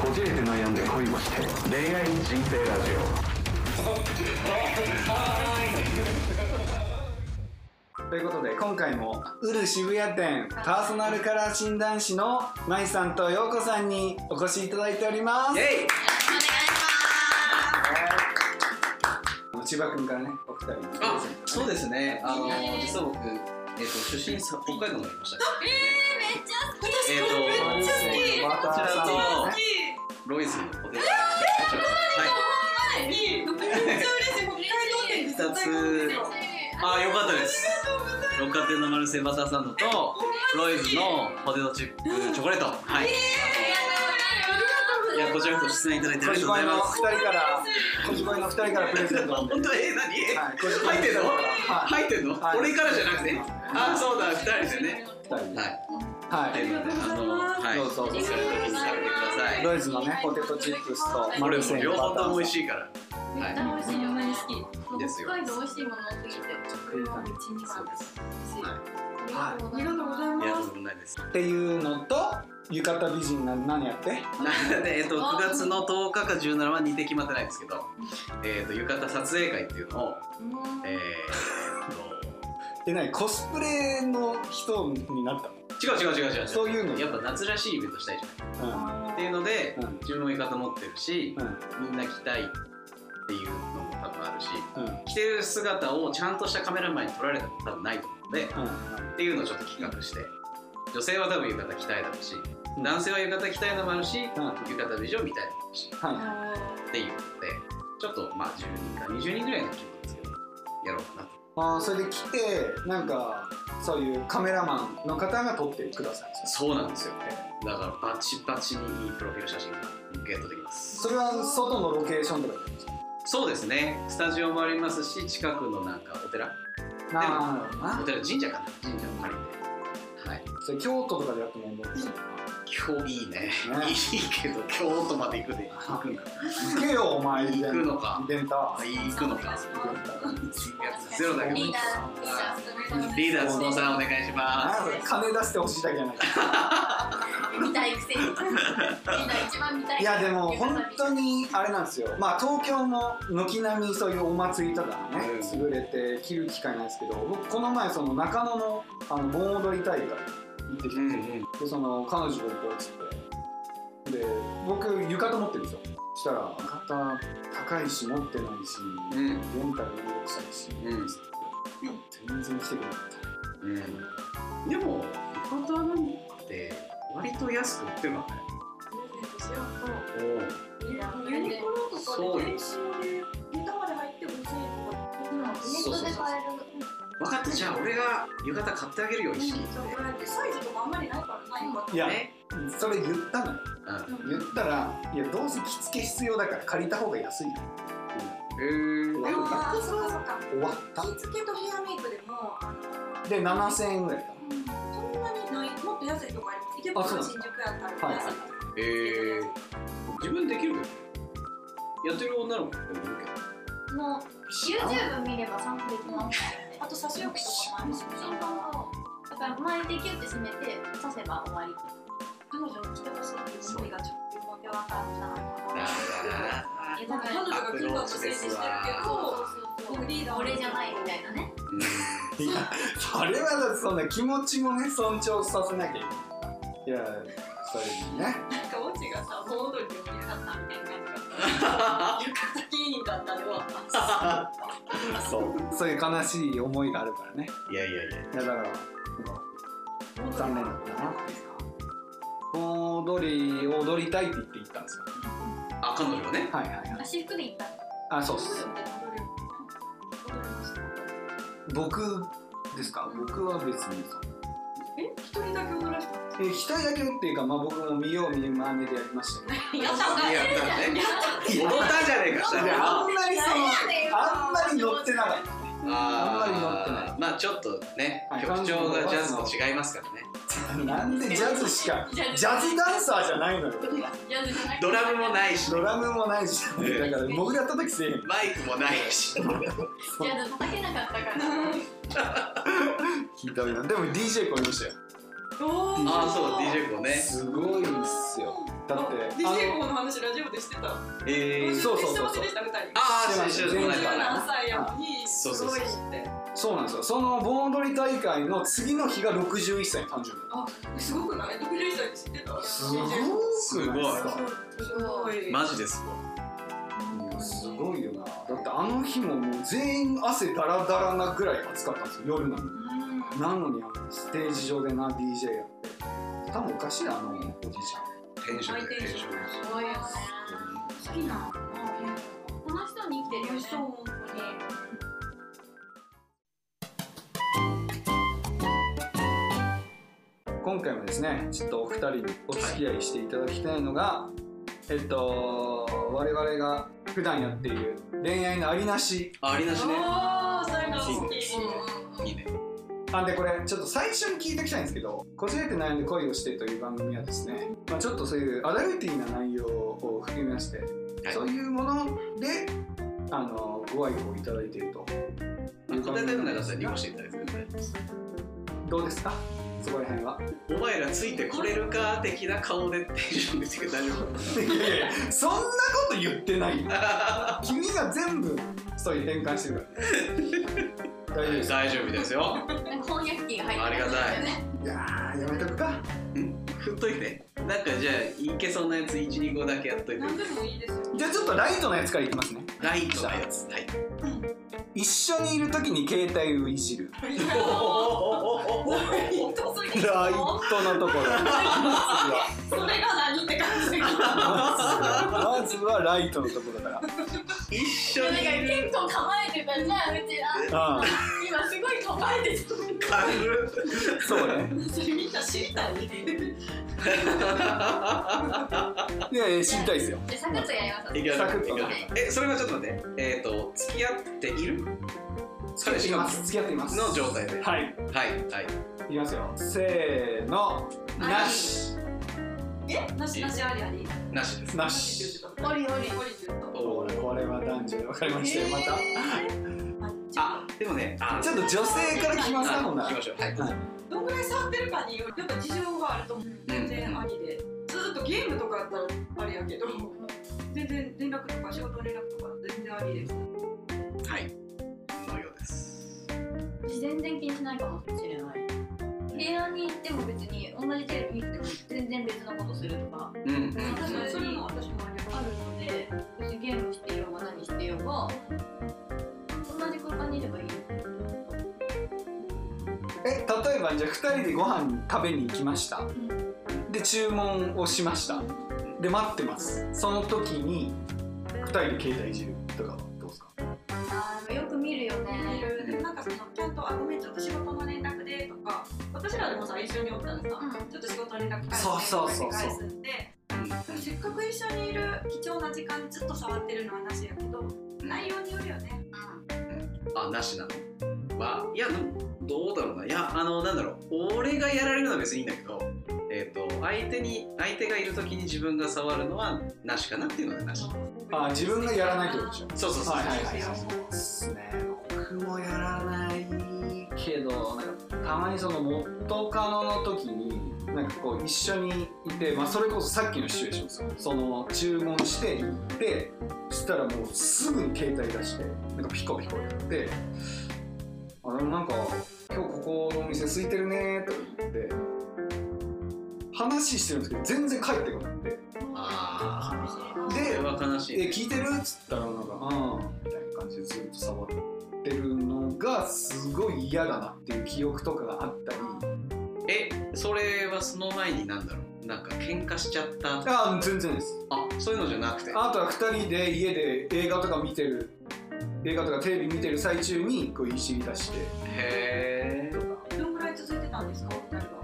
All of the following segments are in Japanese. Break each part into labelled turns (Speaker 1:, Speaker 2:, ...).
Speaker 1: こじれて悩んで恋をして恋愛人生ラジ
Speaker 2: ということで今回もウル渋谷店パーソナルカラー診断士のまいさんとようこさんにお越しいただいております
Speaker 3: イェイ
Speaker 2: 千葉君からねお二人
Speaker 3: あそうですねあの実は僕えっと出身さ北海道になりました
Speaker 4: えー、め
Speaker 3: えっと
Speaker 4: っちゃ好きめっちゃ好
Speaker 2: バ
Speaker 4: き
Speaker 2: ターさん
Speaker 3: こちら
Speaker 2: ね
Speaker 3: とロイズのポテト
Speaker 4: めっちゃ嬉しい北海道店で
Speaker 3: はい2つあーよかったです六花亭のマルセイバターサンドとロイズのポテトチップチョコレートはいいやこちらこそ出演いただいてあ
Speaker 2: 小
Speaker 3: りがとうご
Speaker 2: 芝居のお二人から小
Speaker 3: ざいます
Speaker 2: 芝居のお二人からプレゼントなんで
Speaker 3: 本当え
Speaker 2: はいこ
Speaker 3: 何入ってんの
Speaker 2: はい
Speaker 3: 入ってんの
Speaker 2: はい
Speaker 3: 俺からじゃなくてあそうだ二人でね
Speaker 2: 二人
Speaker 3: は
Speaker 2: は
Speaker 3: いとい
Speaker 2: いう
Speaker 3: のであのはい
Speaker 2: どうぞ
Speaker 3: お疲れの時に食べてください
Speaker 2: ロイズのねポテトチップスと
Speaker 3: こ
Speaker 2: マ
Speaker 3: れ
Speaker 2: ル
Speaker 3: も
Speaker 2: セ
Speaker 3: う
Speaker 2: イバ
Speaker 3: 両
Speaker 2: タ
Speaker 3: 方とも美
Speaker 2: ーさ
Speaker 3: 味
Speaker 2: ん
Speaker 3: しいから
Speaker 5: めっちゃ美味しいよ、ほんまに好き。もう
Speaker 3: ですよ
Speaker 5: 北海道美味しいもの多すぎて、これは一二番です。
Speaker 2: は
Speaker 5: ありがとうござい
Speaker 3: いや
Speaker 5: ま
Speaker 3: とん
Speaker 5: す。
Speaker 3: でもないです
Speaker 2: いっていうのと浴衣美人な何やって
Speaker 3: なので、 えっと、9月の10日か17は似て決まってないんですけど、えっと、浴衣撮影会っていうのを、え
Speaker 2: え何コスプレの人になったの
Speaker 3: ーっと違う違う違う違う
Speaker 2: そういうの
Speaker 3: やっぱ夏らしいイベントしたいじゃ
Speaker 2: うん
Speaker 3: ないっていうので、
Speaker 2: うん
Speaker 3: 自分も浴衣持ってるし、
Speaker 2: うん
Speaker 3: みんな着たいっていうのも多分あるし
Speaker 2: うん
Speaker 3: 着てる姿をちゃんとしたカメラ前に撮られたこと多分ないと思うので
Speaker 2: う
Speaker 3: っていうのをちょっと企画して女性は多分浴衣着たいだろうし男性は浴衣着たいのもあるし、
Speaker 2: ん
Speaker 3: 浴衣美女みたいなのもあるし
Speaker 2: はい
Speaker 3: っていうのでちょっとまあ10人か20人ぐらいの規模ですけどやろうかなと
Speaker 2: あーそれで来てなんかそういうカメラマンの方が撮ってください
Speaker 3: そうなんですよだからバチバチにいいプロフィール写真がゲットできます
Speaker 2: それは外のロケーションとかで
Speaker 3: そうですねスタジオもありますし近くのなんかお寺
Speaker 2: なあーな
Speaker 3: お寺神社かな神社を借りてはい
Speaker 2: それ京都とかでやってもいいんだけど
Speaker 3: 今日いいね
Speaker 2: ね
Speaker 3: いいけど京都まで行くで行くんか
Speaker 2: 行けよお前イベ
Speaker 3: 行く
Speaker 2: ン
Speaker 3: のか
Speaker 2: タイベンタは
Speaker 3: 行くのかゼロだけど
Speaker 5: リーダー、
Speaker 3: リーダースポンサーお願いしま
Speaker 2: なんやそれ金出してほしいだけやないか
Speaker 5: 見たいくせに。リーダー一番見たい。
Speaker 2: いやでも本当
Speaker 5: に。
Speaker 2: にあれなんですよまあ東京も軒並みそういうお祭りとかね
Speaker 3: うん
Speaker 2: 潰れて着る機会ないですけど僕この前その中野のあの盆踊り大会行ってき
Speaker 3: す
Speaker 2: た
Speaker 3: うんん
Speaker 2: です
Speaker 3: う
Speaker 2: よ
Speaker 3: ん
Speaker 2: でその彼女と行こうっつってで僕浴衣持ってるんですよそしたら浴衣高いし持ってないし、
Speaker 3: うん
Speaker 2: レンタルもしたいし、
Speaker 3: うん
Speaker 2: 全然来てくれなか
Speaker 3: うんでも浴衣なんて割と安く売ってるわね
Speaker 5: ユニクロ
Speaker 3: とかでそうよ電
Speaker 5: ネ
Speaker 3: そうそうそう分かったじゃあ俺が浴衣買ってあげるよ一式って
Speaker 5: サイズとかあんまりないからな、今。
Speaker 2: ったいや
Speaker 3: ね
Speaker 2: それ言ったのよ
Speaker 3: うん
Speaker 2: 言ったらいやどうせ着付け必要だから借りた方が安いよ
Speaker 3: えー
Speaker 2: でも
Speaker 4: あーそうかそうか
Speaker 2: 終わった
Speaker 4: 気付けとヘアメイクでもあの
Speaker 2: で7000円ぐらいだっ
Speaker 4: そんなにないもっと安いとこあります池
Speaker 2: あそうなんです
Speaker 4: 袋新宿やったら安い
Speaker 3: えー自分できるけどやってる女の子でもいるけど
Speaker 5: もう YouTube 見れば参加できます。
Speaker 4: あと差し置きとかもあります
Speaker 5: 新聞をだから巻いてキュッて締めて刺せば終わり。
Speaker 4: 彼女に来てほしいっていう思いがちょっとわけわかんない
Speaker 3: あ
Speaker 5: え
Speaker 4: なんか彼女が金額を整理してるけど僕リーダー
Speaker 5: 俺じゃないみたいなね。
Speaker 3: ー
Speaker 2: たいやそれはだってそんな気持ちもね尊重させなきゃいけないいやそれにね
Speaker 4: なんかオチがさ盆踊りで盛り上がったみたいな感じが浴衣議員だったで終わった
Speaker 2: そうそういう悲しい思いがあるからね
Speaker 3: いやいやいや
Speaker 2: いやだから残念だったな盆踊りを踊りたいって言って行ったんですよ
Speaker 3: あ彼女はね
Speaker 2: はいはいはい
Speaker 5: 私服で行った。
Speaker 2: あそうっす僕ですか僕は別にそう
Speaker 4: え一人だけ踊らせた
Speaker 2: え一人だけっていうかまあ僕も見よう見まねでやりましたけ
Speaker 4: やったんかい
Speaker 3: やったね踊ったじゃねえかし た
Speaker 2: どいやあんまりそのあんまり乗ってなかっ
Speaker 3: あ
Speaker 2: あんまり乗ってない
Speaker 3: いまあちょっとね
Speaker 2: はい
Speaker 3: 曲調がジャズと違いますからね
Speaker 2: たなんでジャズしかジャズダンサーじゃないのよ
Speaker 3: ドラムもないし
Speaker 2: ドラムもないし
Speaker 3: え
Speaker 2: だから僕が叩きせえへん
Speaker 3: マイクもないし
Speaker 5: いやでも叩けなかったから。
Speaker 2: 聞いたなでも DJ こいましたよ
Speaker 4: お
Speaker 3: ああそう DJ コね
Speaker 2: すごいっすよだってあ
Speaker 4: DJ
Speaker 2: の
Speaker 4: この話ラジオでしてた
Speaker 3: えー、
Speaker 2: そうそう
Speaker 4: し
Speaker 2: そう
Speaker 4: て
Speaker 2: そう
Speaker 4: ませんでした二人
Speaker 3: あ
Speaker 2: して
Speaker 3: あ、
Speaker 2: ま
Speaker 3: 知
Speaker 2: す
Speaker 3: らない知らない
Speaker 4: 17歳やのにす
Speaker 3: そうそう
Speaker 4: ご
Speaker 3: そう
Speaker 4: いって
Speaker 2: そうなんですよその盆踊り大会の次の日が61歳の誕生日
Speaker 4: あすごくない61歳って知ってた
Speaker 2: すごい
Speaker 3: すごい
Speaker 4: すごい
Speaker 3: マジですごい
Speaker 2: いやすごいよなだってあの日ももう全員汗だらだらなぐらい暑かったんですよ夜なのに
Speaker 4: うん
Speaker 2: なのにあのステージ上でな DJ やって多分おかしいよあのおじいちゃん
Speaker 1: テンションでテンションです
Speaker 5: すごいよね好きなこの人に生きてるよね
Speaker 4: そう本当に
Speaker 2: 今回もですねちょっとお二人にお付き合いしていただきたいのが、えっと我々が普段やっている恋愛のありなし
Speaker 3: あ、ありなしね
Speaker 4: あーそれが好き
Speaker 3: いいねいいね
Speaker 2: あでこれちょっと最初に聞いておきたいんですけど「こじれて悩んで恋をして」という番組はですね、まあ、ちょっとそういうアダルティーな内容を含みまして、
Speaker 3: はい
Speaker 2: そういうものであのご愛顧いただいていると
Speaker 3: 答えたくなかったら離婚していただいてください
Speaker 2: どうですかそこら辺 は
Speaker 3: お前らついてこれるか的な顔でテンションですけど大丈夫
Speaker 2: いやいやいやそんなこと言ってないよ君が全部そういう変換してるから大丈夫です
Speaker 3: 大丈夫ですよ
Speaker 5: 翻訳機が入って
Speaker 3: ありがたい
Speaker 5: ね
Speaker 2: いやーやめとくか
Speaker 3: 振っといてなんかじゃあいけそうなやつ12個だけやっといて
Speaker 4: 何でもいいですよ
Speaker 2: じゃあちょっとライトなやつからいきますね
Speaker 3: ライトなやつはい
Speaker 2: 一緒にいる時に携帯をいじる
Speaker 4: 本当すぎる
Speaker 2: ライトなと ころ
Speaker 4: それが何って感じで
Speaker 2: まずはライトのところから
Speaker 3: 一緒にいる
Speaker 5: 結構構えてたじゃんうちら
Speaker 2: あ
Speaker 5: 今すごい構えてた
Speaker 3: 軽っ
Speaker 2: あそうね
Speaker 4: それみんな知りたい
Speaker 2: いやいや知りたいですよ
Speaker 5: じゃあサクッとやります
Speaker 3: いきましょ
Speaker 2: サク
Speaker 3: う
Speaker 2: ッと
Speaker 3: いきましょうえそれはちょっと待ってえっ、と付き合っている
Speaker 2: 付き合っています付き合っています
Speaker 3: の状態
Speaker 2: は
Speaker 3: で
Speaker 2: い
Speaker 3: はいはい
Speaker 2: いきますよせーのなし
Speaker 4: えなしなしありあり
Speaker 3: なしです
Speaker 2: な
Speaker 4: な
Speaker 2: し
Speaker 4: し
Speaker 5: おりおり
Speaker 4: おりずっと
Speaker 2: こ
Speaker 3: お
Speaker 2: れこれは男女で分かりましたよまた
Speaker 3: あでもねあ
Speaker 2: ちょっと女性から来ますかほんな
Speaker 3: 行
Speaker 2: ら
Speaker 3: きましょうはい
Speaker 4: どんぐらい触ってるかによるやっぱ事情があると思う全然ありでずっとゲームとかやったらあれやけど全然連絡とか仕事の連絡とか全然ありです
Speaker 3: はいのようです
Speaker 5: 全然気にしないかもしれない平安に行っても別に同じテレビ見てても全然別のことするとか
Speaker 3: うんうん
Speaker 4: 確かにそれも私もあります
Speaker 5: あるので別にゲームしてようが何してようが同じ空間にいればいい
Speaker 2: え例えばじゃあ2人でご飯食べに行きましたで注文をしましたで待ってますその時に2人で携帯いじるとかはどうですか
Speaker 5: あーでもよく見るよ
Speaker 4: い
Speaker 5: ね
Speaker 4: るなんかそのちゃんと「あごめんちょっと仕事の連絡で」とか私らでもさ一緒におったらさ、
Speaker 5: うん
Speaker 4: ちょっと仕事の連絡返
Speaker 2: そう
Speaker 4: して
Speaker 2: そう
Speaker 4: と
Speaker 2: そう
Speaker 4: か
Speaker 2: そう
Speaker 4: 返すんでせっかく一緒にいる貴重な時間ずっと触ってるのはなしやけど内容によるよね
Speaker 3: あなしなのはいやどうだろうないやあのなんだろう俺がやられるのは別にいいんだけどえっ、と相手に相手がいる時に自分が触るのはなしかなっていうのがなし
Speaker 2: あ自分がやらないってことでしょ
Speaker 3: そうそうそうそう、
Speaker 2: はいはい
Speaker 4: はいはい
Speaker 2: そうですね僕もやらないけどなんかたまにその元カノの時になんかこう一緒にいて、まあ、それこそさっきのシチュエーションですよその注文して行ってそしたらもうすぐに携帯出してなんかピコピコやって「あでもなんか今日ここのお店空いてるね」とか言って話してるんですけど全然帰ってこなくて。
Speaker 3: ああ
Speaker 2: で
Speaker 3: それは悲しい
Speaker 2: え
Speaker 3: ね
Speaker 2: 聞いてるっつったらなんか「うん」みたいな感じでずっと触ってるのがすごい嫌だなっていう記憶とかがあったり
Speaker 3: えそれはその前になんだろうなんか喧嘩しちゃった
Speaker 2: あ全然です
Speaker 3: あそういうのじゃなくて
Speaker 2: あとは2人で家で映画とか見てる映画とかテレビ見てる最中にこういじり出して
Speaker 3: へえ
Speaker 4: どんぐらい続いてたんですかお二人は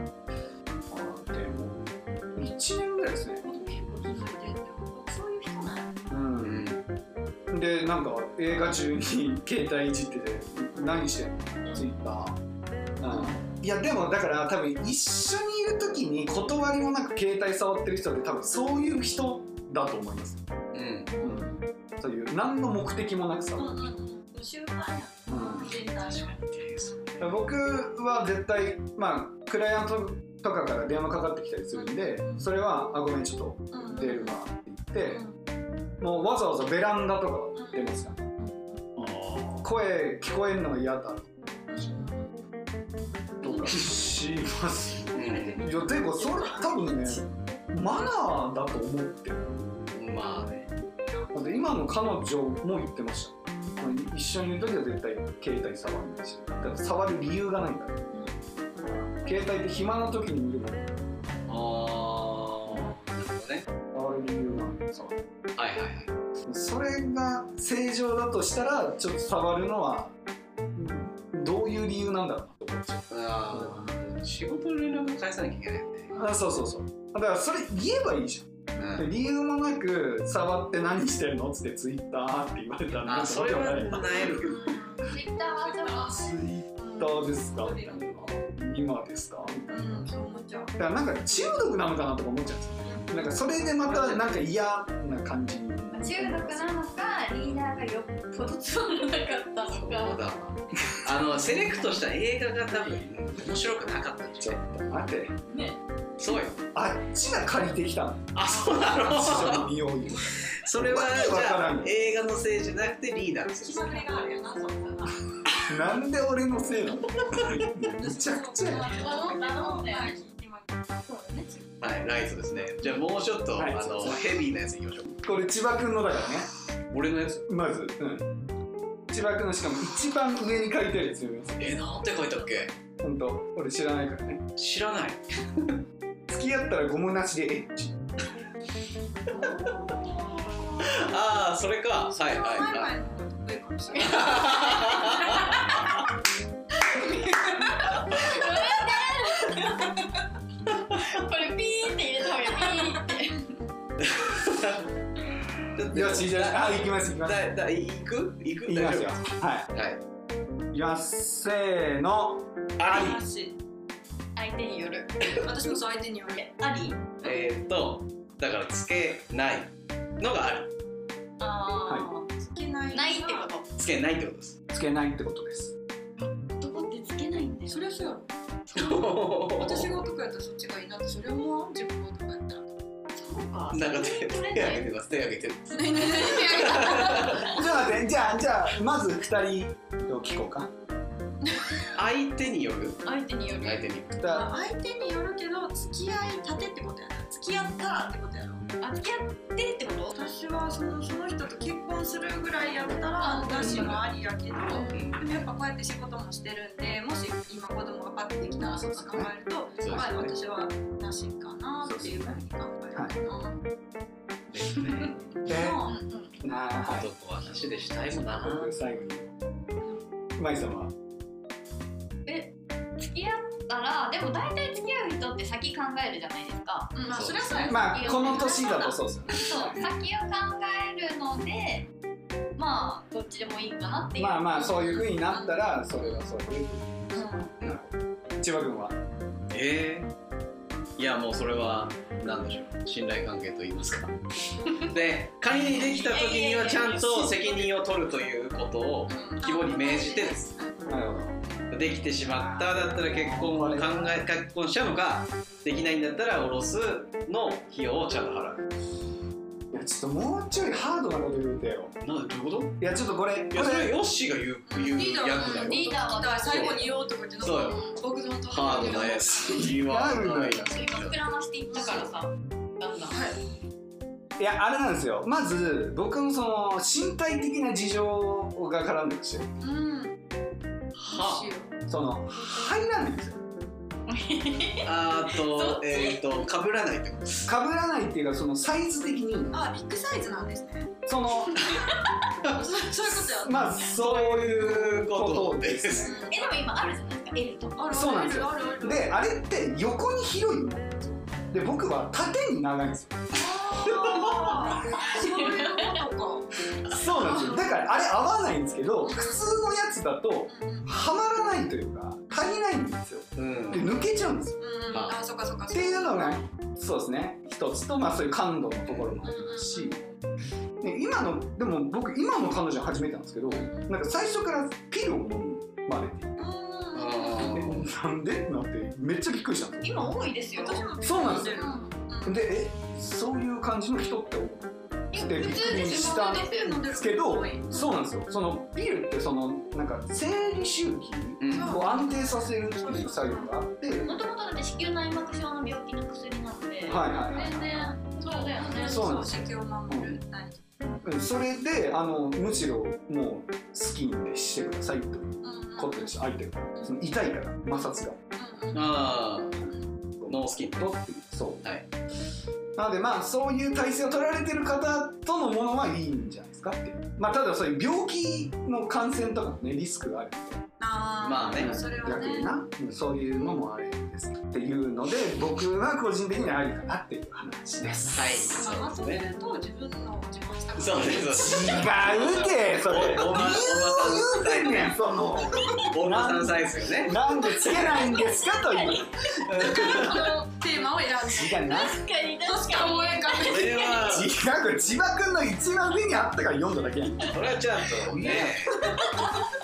Speaker 2: あでも1年ぐらいですね
Speaker 4: 結構続いてってことそういう人なの
Speaker 2: う
Speaker 3: うんん
Speaker 2: でなんか映画中に携帯いじってて「何してんの?」ツイッター、うん、いやでもだから多分一緒にいる時に断りもなく携帯触ってる人って多分そういう人だと思います、
Speaker 3: うん
Speaker 2: うん、そういう何の目的もなくさ、
Speaker 4: うんうんうん習慣や
Speaker 2: うん
Speaker 4: 全体の
Speaker 2: 僕は絶対まあクライアントとかから電話かかってきたりするんでそれは「あごめんちょっ
Speaker 4: うん
Speaker 2: と出るわ」って言ってもうわざわざベランダとか出ますから
Speaker 3: あ
Speaker 2: 声聞こえるのが嫌だとか
Speaker 3: うん
Speaker 2: します
Speaker 3: あ、う
Speaker 2: いやていうかそれ多分ねマナーだと思ってる
Speaker 3: ん、まあね。
Speaker 2: だって今の彼女も言ってましたこれ一緒にいる時は絶対携帯触るんですよだから触る理由がないんだから携帯って暇な時に見るから
Speaker 3: ああ、なるほどね。
Speaker 2: 触る理由がない触る
Speaker 3: はいはいはい。
Speaker 2: それが正常だとしたらちょっと触るのはどういう理由なんだろうなと思っちゃ
Speaker 3: ああ、仕事の連絡を返さなきゃいけないよね。
Speaker 2: うあそうそうそうだからそれ言えばいいじゃん
Speaker 3: う
Speaker 2: で
Speaker 3: ん。
Speaker 2: 理由もなく触って何してるのっつってツイッターって言われたら
Speaker 3: あ、それは
Speaker 2: な
Speaker 3: な
Speaker 2: か
Speaker 3: んえるけど。
Speaker 5: ツイッターはでも
Speaker 2: ツイッターですか今ですか
Speaker 4: うんそう思っちゃう
Speaker 2: だからなんか中毒なのかなとか思っちゃうんですよなんかそれでまたなんか嫌な感じに
Speaker 5: 中毒なのかリーダーがよっぽどつまらなかった
Speaker 3: そ
Speaker 5: の
Speaker 3: うだ
Speaker 5: か
Speaker 3: わ。あの、セレクトした映画が多分面白くなかったんじ
Speaker 2: ち
Speaker 3: ゃ
Speaker 2: ょ
Speaker 3: ない
Speaker 2: っと待て
Speaker 5: ね
Speaker 3: そうよ。
Speaker 2: あっちが借りてきたの
Speaker 3: あ、そうだろ
Speaker 2: 一緒
Speaker 3: う。
Speaker 2: に 見ようよ
Speaker 3: それは
Speaker 2: わけ
Speaker 3: じ
Speaker 2: わから
Speaker 3: ゃ
Speaker 2: ん
Speaker 3: あ映画のせいじゃなくてリーダーのせい
Speaker 4: 気まぐれがあるよなそうだな
Speaker 2: なんで俺のせいなのめちゃくちゃや
Speaker 5: 頼んだ頼んだよ
Speaker 4: はい気まぐれ
Speaker 5: そうだね
Speaker 3: はい、ライトですね。じゃあもうちょっと、
Speaker 2: はい
Speaker 3: あのヘビーなやついきましょう。
Speaker 2: これ千葉君のだからね
Speaker 3: 俺のやつ
Speaker 2: まず、うん、千葉君のしかも一番上に書いてあるやつ読みます
Speaker 3: え、なんて書いたっけ
Speaker 2: 本当俺知らないからね
Speaker 3: 知らない。
Speaker 2: 付き合ったらゴムなしでエッチ
Speaker 3: ああ、それか。はいはいはい。
Speaker 4: 前々の方が得意かもしれない
Speaker 5: これピーって入れた方がいいピーっ て
Speaker 2: よしじゃああ行きます行きます
Speaker 3: だだ行く行く
Speaker 2: 行きます
Speaker 3: 大
Speaker 2: よ
Speaker 3: 丈
Speaker 2: は
Speaker 3: 夫はい
Speaker 2: い行きますせーの
Speaker 3: あり
Speaker 4: 話
Speaker 5: 相手による
Speaker 4: 私もそう相手による
Speaker 5: あり
Speaker 3: えーっとだからつけないのがあり
Speaker 5: あ
Speaker 4: つけない
Speaker 5: あないってこと
Speaker 3: つけないってことです
Speaker 2: つけないってことです
Speaker 5: 男ってつけないんだよ
Speaker 4: それはそうやろ私
Speaker 3: 私
Speaker 4: が男やったらそっちがいいなってそれも自分が男やったら
Speaker 5: そうか
Speaker 3: なんか手手挙げてます手挙げて る
Speaker 4: ないないない
Speaker 2: じゃあねじゃあじゃあまず2人を聞こうか
Speaker 3: 相手による
Speaker 5: 相手によ
Speaker 3: 相
Speaker 5: る
Speaker 3: 手による
Speaker 2: だ
Speaker 4: 相手によるけど付き合い立てってことやな付き合ったらってことやろ
Speaker 5: あ付き合ってってこと
Speaker 4: 私はそのその人と結婚するぐらいやったらなしもありやけど
Speaker 3: うん
Speaker 4: でもやっぱこうやって仕事もしてるんでもし今子供がパッてできたらそう考えると、
Speaker 3: そうですね
Speaker 4: はい私はなしかなっていうふうに考えるかな、
Speaker 3: ですね
Speaker 2: え
Speaker 5: う
Speaker 4: の
Speaker 5: んうん
Speaker 2: なあはい
Speaker 3: 男はなしでしたいもんな
Speaker 2: 僕最後に舞さんは
Speaker 5: え付き合ったらでも大体付き合う人って先考えるじゃないですか
Speaker 4: うんまあそれはそうや
Speaker 2: まあこの年だとそうですよね
Speaker 5: そう先を考えるのでまあどっちでもいいかなっていう
Speaker 2: まあまあそういうふうになったらそれはそういう
Speaker 5: う
Speaker 2: 千葉君は
Speaker 3: えー、いやもうそれは何でしょう信頼関係と言います かで仮にできた時にはちゃんと責任を取るということを
Speaker 4: うん
Speaker 3: 規模に銘じてです
Speaker 2: なるほど
Speaker 3: できてしまっただったら結婚を考え結婚しちゃうのかできないんだったらおろすの費用をちゃんと払う
Speaker 2: いやちょっともうちょいハードなこと言うてよ
Speaker 3: なんでどういうこ
Speaker 2: いやちょっとこれ
Speaker 3: とい
Speaker 2: こ
Speaker 3: やそれは
Speaker 2: れ
Speaker 3: ヨッシーが言う言う
Speaker 4: リー
Speaker 3: 役
Speaker 4: ダ
Speaker 3: だ
Speaker 4: ー
Speaker 3: よ
Speaker 4: はリーダーは最後に言おうとか言ってなん
Speaker 3: そう
Speaker 4: か
Speaker 3: よ
Speaker 4: 僕のと
Speaker 3: ハードなやつ言わないやつ
Speaker 5: ん今膨らましていったからさだんだん
Speaker 2: いやあれなんですよまず僕のその身体的な事情が絡んでまして
Speaker 4: うん
Speaker 3: は
Speaker 2: その入らないんですよ
Speaker 3: あーとえっ、とかぶらないってこと
Speaker 2: 被らないっていうかそのサイズ的に
Speaker 4: あビッグサイズなんですね
Speaker 2: その
Speaker 4: そうそういうことや
Speaker 2: まあそういうことですね
Speaker 5: えでも今あるじゃないですか L とか
Speaker 4: ある
Speaker 2: そうなんですよ
Speaker 4: あるあるある
Speaker 2: であれって横に広いので僕は縦に長いんですよ
Speaker 4: あーそういうこと
Speaker 2: そうなんですよだからあれ合わないんですけど普通のやつだと
Speaker 4: かうん
Speaker 2: はまらないというか足りないんですよ
Speaker 3: うん
Speaker 2: で抜けちゃうんですよ
Speaker 4: うん
Speaker 3: まあ
Speaker 4: あそっかそっか
Speaker 2: っ
Speaker 4: そ
Speaker 2: て
Speaker 4: っか
Speaker 2: いうのがそうですね一つとまあそういう感度のところもありますしで今のでも僕今の彼女初めてなんですけどなんか最初からピルを飲まれていて
Speaker 4: うんうんうん
Speaker 3: あー
Speaker 2: でなんでなってめっちゃびっくりしたんですよ
Speaker 5: 今多いですよ。
Speaker 4: 私もびっくりしてる
Speaker 2: そうなんです
Speaker 5: う
Speaker 2: よ
Speaker 5: ん
Speaker 2: でえそういう感じの人って思う
Speaker 5: え
Speaker 2: してびっくりしたんですけどそうなんですよそのビールってそのなんか生理周期
Speaker 3: うん
Speaker 2: を安定させるっていう作業があって
Speaker 5: もともとだって子宮内膜症の病気の薬なんで、
Speaker 2: はいはいはい
Speaker 5: 全然そうだよね。
Speaker 2: そうなんです
Speaker 4: 子宮を守る何とか
Speaker 2: うんそれであのむしろもう好きにしてくださいという
Speaker 4: うんうん
Speaker 2: ことでした相手がその痛いから摩擦が
Speaker 4: うんうん
Speaker 3: ああ
Speaker 4: うん
Speaker 3: ノースキン
Speaker 2: とっていうそう、
Speaker 3: はい
Speaker 2: なのでまあそういう体制を取られてる方とのものはいいんじゃないですかっていうまあただそういう病気の感染とかもねリスクがある
Speaker 4: あ
Speaker 3: まあね
Speaker 4: ーそれは
Speaker 2: だけ
Speaker 4: ね
Speaker 2: でな、うんそういうのもあれですっていうので僕は個人的にはありかなっていう話です
Speaker 3: はい
Speaker 4: まあ
Speaker 3: そ
Speaker 4: そうう
Speaker 3: ですすね
Speaker 4: ると自分の自慢したく
Speaker 3: そうですそうで
Speaker 2: 違
Speaker 3: す
Speaker 2: うてそ
Speaker 3: お
Speaker 2: れ理由
Speaker 3: お
Speaker 2: を
Speaker 3: ば
Speaker 2: 言うてんねんその
Speaker 3: おばさんサイズよね
Speaker 2: なんでつけないんですかという
Speaker 4: このテーマを選
Speaker 2: 違
Speaker 4: んで
Speaker 2: うな
Speaker 5: 確かに
Speaker 4: どう
Speaker 5: 確
Speaker 4: しか
Speaker 5: かに
Speaker 4: 思。えんかっ
Speaker 3: それは
Speaker 2: 違う千葉君の一番上にあったから読んだだけやん
Speaker 3: それはちゃんとね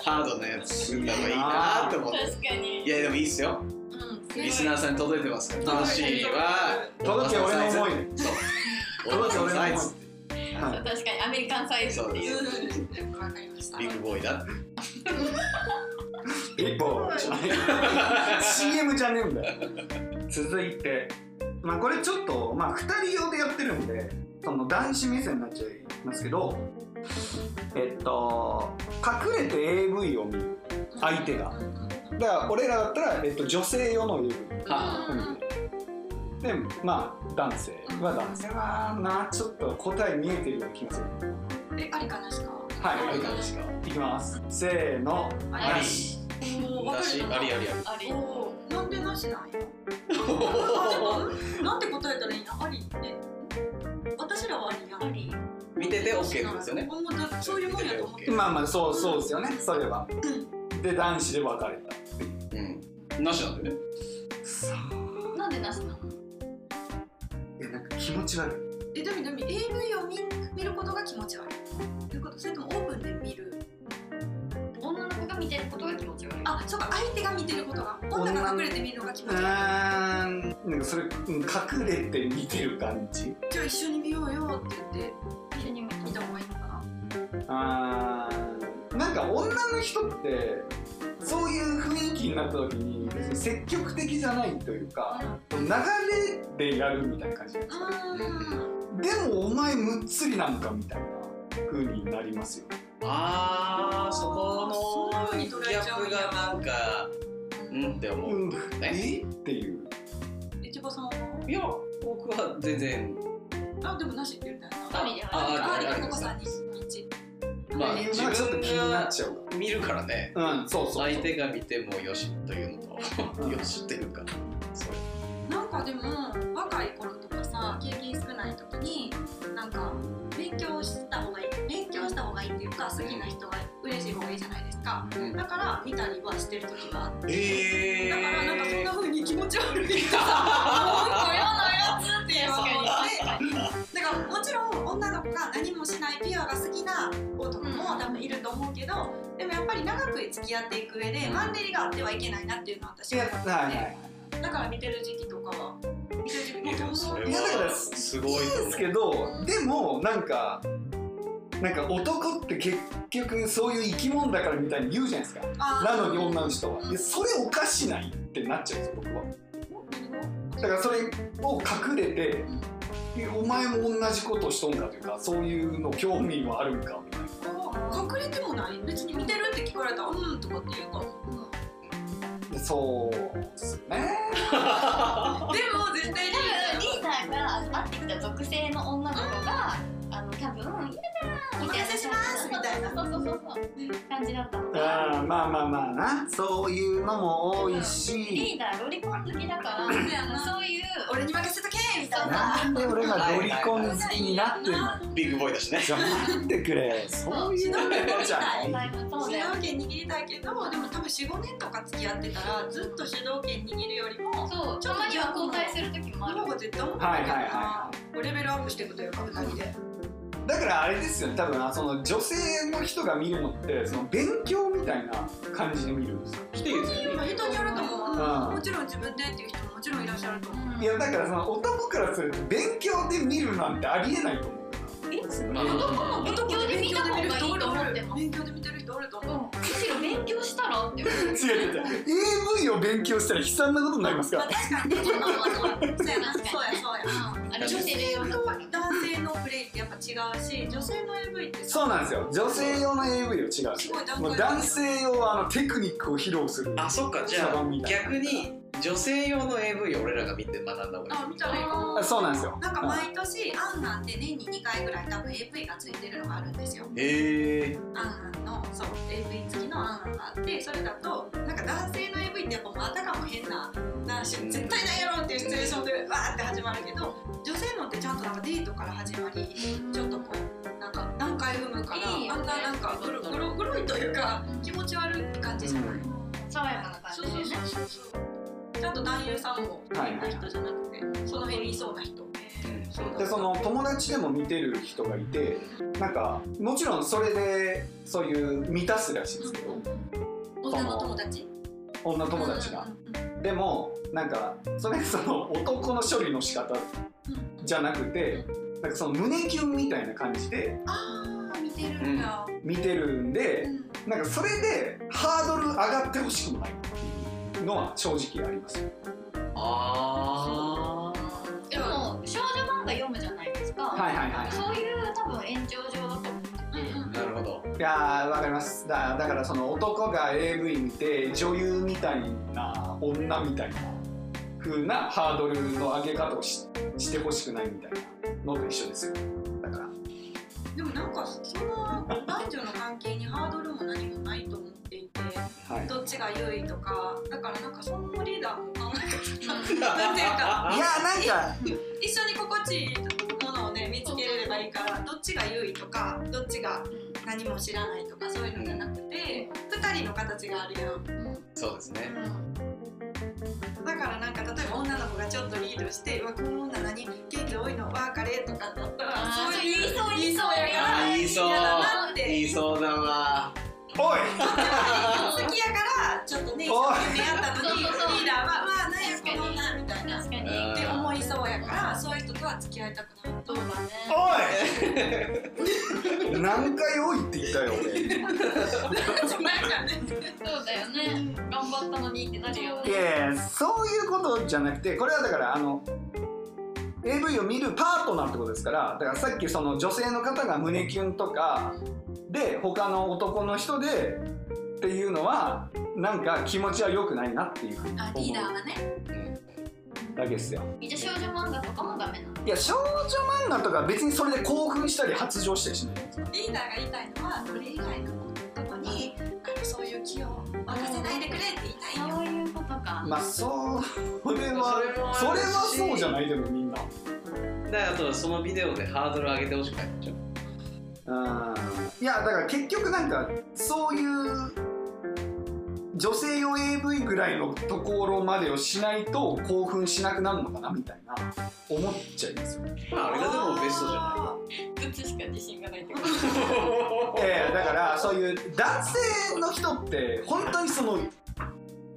Speaker 3: ハードなやつすんだ方がいいなと思って
Speaker 5: 確かに。
Speaker 3: いやでもいいっすよリスナーさんに届いてますから楽しいは
Speaker 2: 届け俺の思い
Speaker 3: おばさんサイズ
Speaker 2: はい
Speaker 5: 確かにアメリカンサイズっていう。
Speaker 4: うんわかりました
Speaker 3: ビッグボーイだ
Speaker 2: 一歩 CM じゃねえんだよ続いてまあこれちょっとまあ2人用でやってるんでその男子目線になっちゃいますけどえっと隠れて AV を見る相手がだから俺らだったら、えっと、女性用の AV
Speaker 3: は
Speaker 2: でまあ男性は男性はなちょっと答え見えてるような気がする
Speaker 4: えありかなしか
Speaker 2: はい
Speaker 3: あどうなんですか
Speaker 2: いきますせーの
Speaker 3: あり
Speaker 4: おーわか
Speaker 3: 私
Speaker 4: る
Speaker 3: ありありあ
Speaker 5: あれ。
Speaker 4: おーなんでなしなんや
Speaker 3: り
Speaker 4: なんて答えたらいいのありね私らはありや
Speaker 5: あり。
Speaker 3: 見てて OK ってことですよね
Speaker 4: ほんまだそういうもんやと思ってる
Speaker 2: まあまあそうそうですよねそれはで男子で分かれた
Speaker 3: うんなしなんだよね
Speaker 2: さあ
Speaker 5: なんでなしなの？
Speaker 2: いやなんか気持ち悪い
Speaker 4: えでもでも AV を見見ることが気持ち悪いということそれともオープンで見る
Speaker 5: 女の子が見てることが気持ち悪い。
Speaker 4: あそうか相手が見てることが女が隠れて見るのが気
Speaker 2: う
Speaker 4: 持ち悪
Speaker 2: ーんなんかそれうん隠れて見てる感じ
Speaker 4: いじゃあ一緒に見ようよって言って
Speaker 5: 一緒に見
Speaker 4: 見
Speaker 5: た
Speaker 4: た。方がいいのかな
Speaker 2: あーなんか女の人ってそういう雰囲気になった時に別に積極的じゃないというか流れでやるみたいな感じで
Speaker 4: うん
Speaker 2: もお前むっつりなんかみたいな風になりますよ
Speaker 3: あーそこのギャップがなんかうんって思う
Speaker 2: うんえっていう
Speaker 4: えちばさんはい
Speaker 3: や僕は全然
Speaker 4: あでもなしって言ったよな
Speaker 5: ありで
Speaker 4: あ
Speaker 5: あ
Speaker 4: あ
Speaker 5: り
Speaker 4: り
Speaker 5: あ
Speaker 4: が
Speaker 5: り
Speaker 4: とこさんに一
Speaker 3: まあ
Speaker 2: なんか
Speaker 3: 自
Speaker 2: ちょっと気に
Speaker 3: 分
Speaker 2: なっ
Speaker 3: が
Speaker 2: ちゃう
Speaker 3: 見るからね
Speaker 2: うんそうそうそう
Speaker 3: 相手が見てもよしというのとよしっていうかそう
Speaker 4: なんかでも若い頃とかさ経験少ない時になんか勉強した方がいい勉強した方がいいっていうか好きな人は嬉しい方がいいじゃないですか
Speaker 3: うん
Speaker 4: だから見たりはしてる時があって
Speaker 3: えー
Speaker 4: だからなんかそんな風に気持ち悪い なんか嫌なやつっていうの
Speaker 5: 確
Speaker 4: があって
Speaker 5: かに。
Speaker 4: だからもちろん女の子が何もしないピュアが好きな子とかも多分いると思うけど、でもやっぱり長く付き合っていく上でマンネリがあってはいけないなっていうのは私
Speaker 2: い
Speaker 4: は
Speaker 2: や
Speaker 4: 思っ
Speaker 2: はい
Speaker 4: て、
Speaker 2: はい
Speaker 4: だから見てる時期とかは見てる時期
Speaker 3: いやそれ
Speaker 2: いやだから
Speaker 3: はすごいと
Speaker 2: ですけどでもなんかなんか男って結局そういう生き物だからみたいに言うじゃないですかなのに女の人はでそれおかしないってなっちゃうんです僕はだからそれを隠れてえお前も同じことしとんかというかそういうの興味はあるんかみたいな
Speaker 4: 隠れてもない別に見てるって聞かれたらうんとかって言うから
Speaker 2: でそうですね
Speaker 4: でも絶対に
Speaker 5: 多分リーダーが会ってきた属性の女の子が、あの多分「いやだー」みたいな
Speaker 4: お任せしますみたいな
Speaker 5: そうそうそうそう感じだったのが
Speaker 2: あーまあまあまあなそういうのも多い
Speaker 5: リ
Speaker 2: し
Speaker 5: ーダーロリコン好きだから
Speaker 4: そうやな
Speaker 5: そういう
Speaker 4: 俺に任せとけみたいな
Speaker 2: なんで俺がロリコン好きになってんの
Speaker 3: ビッグボーイだしね
Speaker 2: じゃあ待ってくれそういうのじゃ
Speaker 5: お
Speaker 2: ない
Speaker 5: 前もそう
Speaker 4: 主
Speaker 5: だよ
Speaker 4: 導権握りたいけどでも多分45年とか付き合ってたらずっと主導権握るよりも
Speaker 5: そうたまには交代する時もある
Speaker 4: 今が絶対思って
Speaker 2: はい
Speaker 4: な
Speaker 2: はいい
Speaker 4: から
Speaker 2: は
Speaker 4: レベルアップしていくというか2人で
Speaker 2: だだからあれですよね多分あその女性の人が見るのってその勉強みたいな感じで見るんですよ
Speaker 3: 来てるんですよね
Speaker 4: まあ人によると思う
Speaker 2: ああ
Speaker 4: もちろん自分でっていう人ももちろんいらっしゃると思う
Speaker 2: いやだからその男からすると勉強で見るなんてありえないと思う
Speaker 3: まあ
Speaker 5: 男も勉強で見た方がいいと思ってます
Speaker 4: 勉強で見てる人おると
Speaker 5: うん
Speaker 4: 思う
Speaker 5: むしろ勉強したらって思う
Speaker 2: 違う違う違う AV を勉強したら悲惨なことになりますか
Speaker 4: まあ
Speaker 2: ら
Speaker 4: 確かにねそんなのはそうそうやなそうやそうや
Speaker 5: あれ女性で言うと
Speaker 4: 男性のプレイってやっぱ違うし女性の AV って
Speaker 2: そうなんですよ女性用の AV は違う
Speaker 4: すごい男性
Speaker 2: もう男性用はあのテクニックを披露する
Speaker 3: あそっかじゃ
Speaker 2: サバ
Speaker 3: あ
Speaker 2: ンみたいな
Speaker 3: 逆に女性用の AV を俺らが見て学んだ方がいい
Speaker 4: あ見たらいいかも
Speaker 2: あそうなんですよ
Speaker 4: なんか毎年アンナンって年に2回ぐらい多分 AV がついてるのがあるんですよ
Speaker 3: へえ
Speaker 4: アンアンのそう AV 付きのアンアンがあってそれだとなんか男性の AV ってやっぱまたかも変ななし絶対ないやろっていうシチュエーションでわーって始まるけど女性のってちゃんとなんかデートから始まりちょっとこうなんか何回産むから
Speaker 5: いいよ
Speaker 4: あ
Speaker 5: ね
Speaker 4: んななんかグログログロいというか気持ち悪い感じじゃない、
Speaker 5: 爽やかな感
Speaker 4: そう
Speaker 5: じ
Speaker 4: そう
Speaker 5: でね
Speaker 4: そうそうちゃんと男優さんも
Speaker 2: はい
Speaker 4: 変な人じゃなくてその辺にいそうな人そうだ
Speaker 2: でその友達でも見てる人がいてなんかもちろんそれでそういう満たすらしいんですけど
Speaker 4: 女の友達
Speaker 2: 女友達が
Speaker 4: うんうんうん
Speaker 2: でもなんかそれその男の処理の仕方じゃなくてなんかその胸キュンみたいな感じで
Speaker 4: あー見てるんだ、
Speaker 2: 見てるん
Speaker 4: う
Speaker 2: で
Speaker 4: ん
Speaker 2: なんかそれでハードル上がってほしくもないっていうのは正直あります
Speaker 3: あ
Speaker 5: でも少女漫画読むじゃないですか、
Speaker 2: はいはいはい
Speaker 5: そういう多分延長上だと思ってて、
Speaker 3: あなるほど
Speaker 2: いやーわかりますだだからその男が AV 見て女優みたいな女みたいな風なハードルの上げ方をししてほしくないみたいなのと一緒ですよだから
Speaker 4: でもなんかその男女の関係にハードルも何もないと思っていて
Speaker 2: はい
Speaker 4: どっちが優位とかだからなんかそのリーダーも考え方なんて
Speaker 2: い
Speaker 4: いうか
Speaker 2: やなんか
Speaker 4: 一緒に心地いいものをね見つけれればいいからどっちが優位とかどっちが何も知らないとかそういうのじゃなくて2人の形があるやん
Speaker 3: そうですね
Speaker 4: だからなんか例えば女の子がちょっとリードして「うわこの女何元気多いのわカレー」とかだったら
Speaker 5: あー
Speaker 4: そういう
Speaker 5: そう言いそう言いそう
Speaker 4: やから
Speaker 3: あ言いそう
Speaker 4: 嫌だなって
Speaker 3: 言いそうだわ
Speaker 2: おい
Speaker 4: 好きやからちょっとね一
Speaker 2: おい
Speaker 4: 生懸命やったのにリ
Speaker 5: そうそうそう
Speaker 4: ーダーは「うわ何やこの女」みたいなっ
Speaker 5: 確かに
Speaker 3: うん
Speaker 4: て思いそうやからそういう人とは付き合いたく ない
Speaker 5: そうだね
Speaker 2: おい何回おいって言ったよ俺
Speaker 4: なんかね
Speaker 5: そうだよね頑張ったのにってなるよ
Speaker 2: い
Speaker 5: ね
Speaker 2: やいやそういうことじゃなくてこれはだからあの AV を見るパートナーってことですからだからさっきその女性の方が胸キュンとかで他の男の人でっていうのはなんか気持ちは良くないなっていうふうに
Speaker 4: あリ
Speaker 2: 思
Speaker 4: ーダーはね
Speaker 2: うだけですよ
Speaker 5: じゃあ少女漫画とかもダメなの
Speaker 2: いや少女漫画とか別にそれで興奮したり発情したりしないですか
Speaker 4: リーダーが言いたいのはそれ以外の男にあのそういう気を任せないでくれって言いたいよ
Speaker 5: そういうことか
Speaker 2: まあそうそれは
Speaker 3: それもあるし
Speaker 2: それはそうじゃないでもみんな
Speaker 3: であとそのビデオでハードル上げてほしくないちょっ
Speaker 2: いやだから結局なんかそういう女性用 AV ぐらいのところまでをしないと興奮しなくなるのかなみたいな思っちゃいますよね。
Speaker 3: とまああれがでもベストじゃ
Speaker 4: あ
Speaker 5: どっちしか自信がないってこと
Speaker 3: ない
Speaker 2: ええだからそういう男性の人って本当にその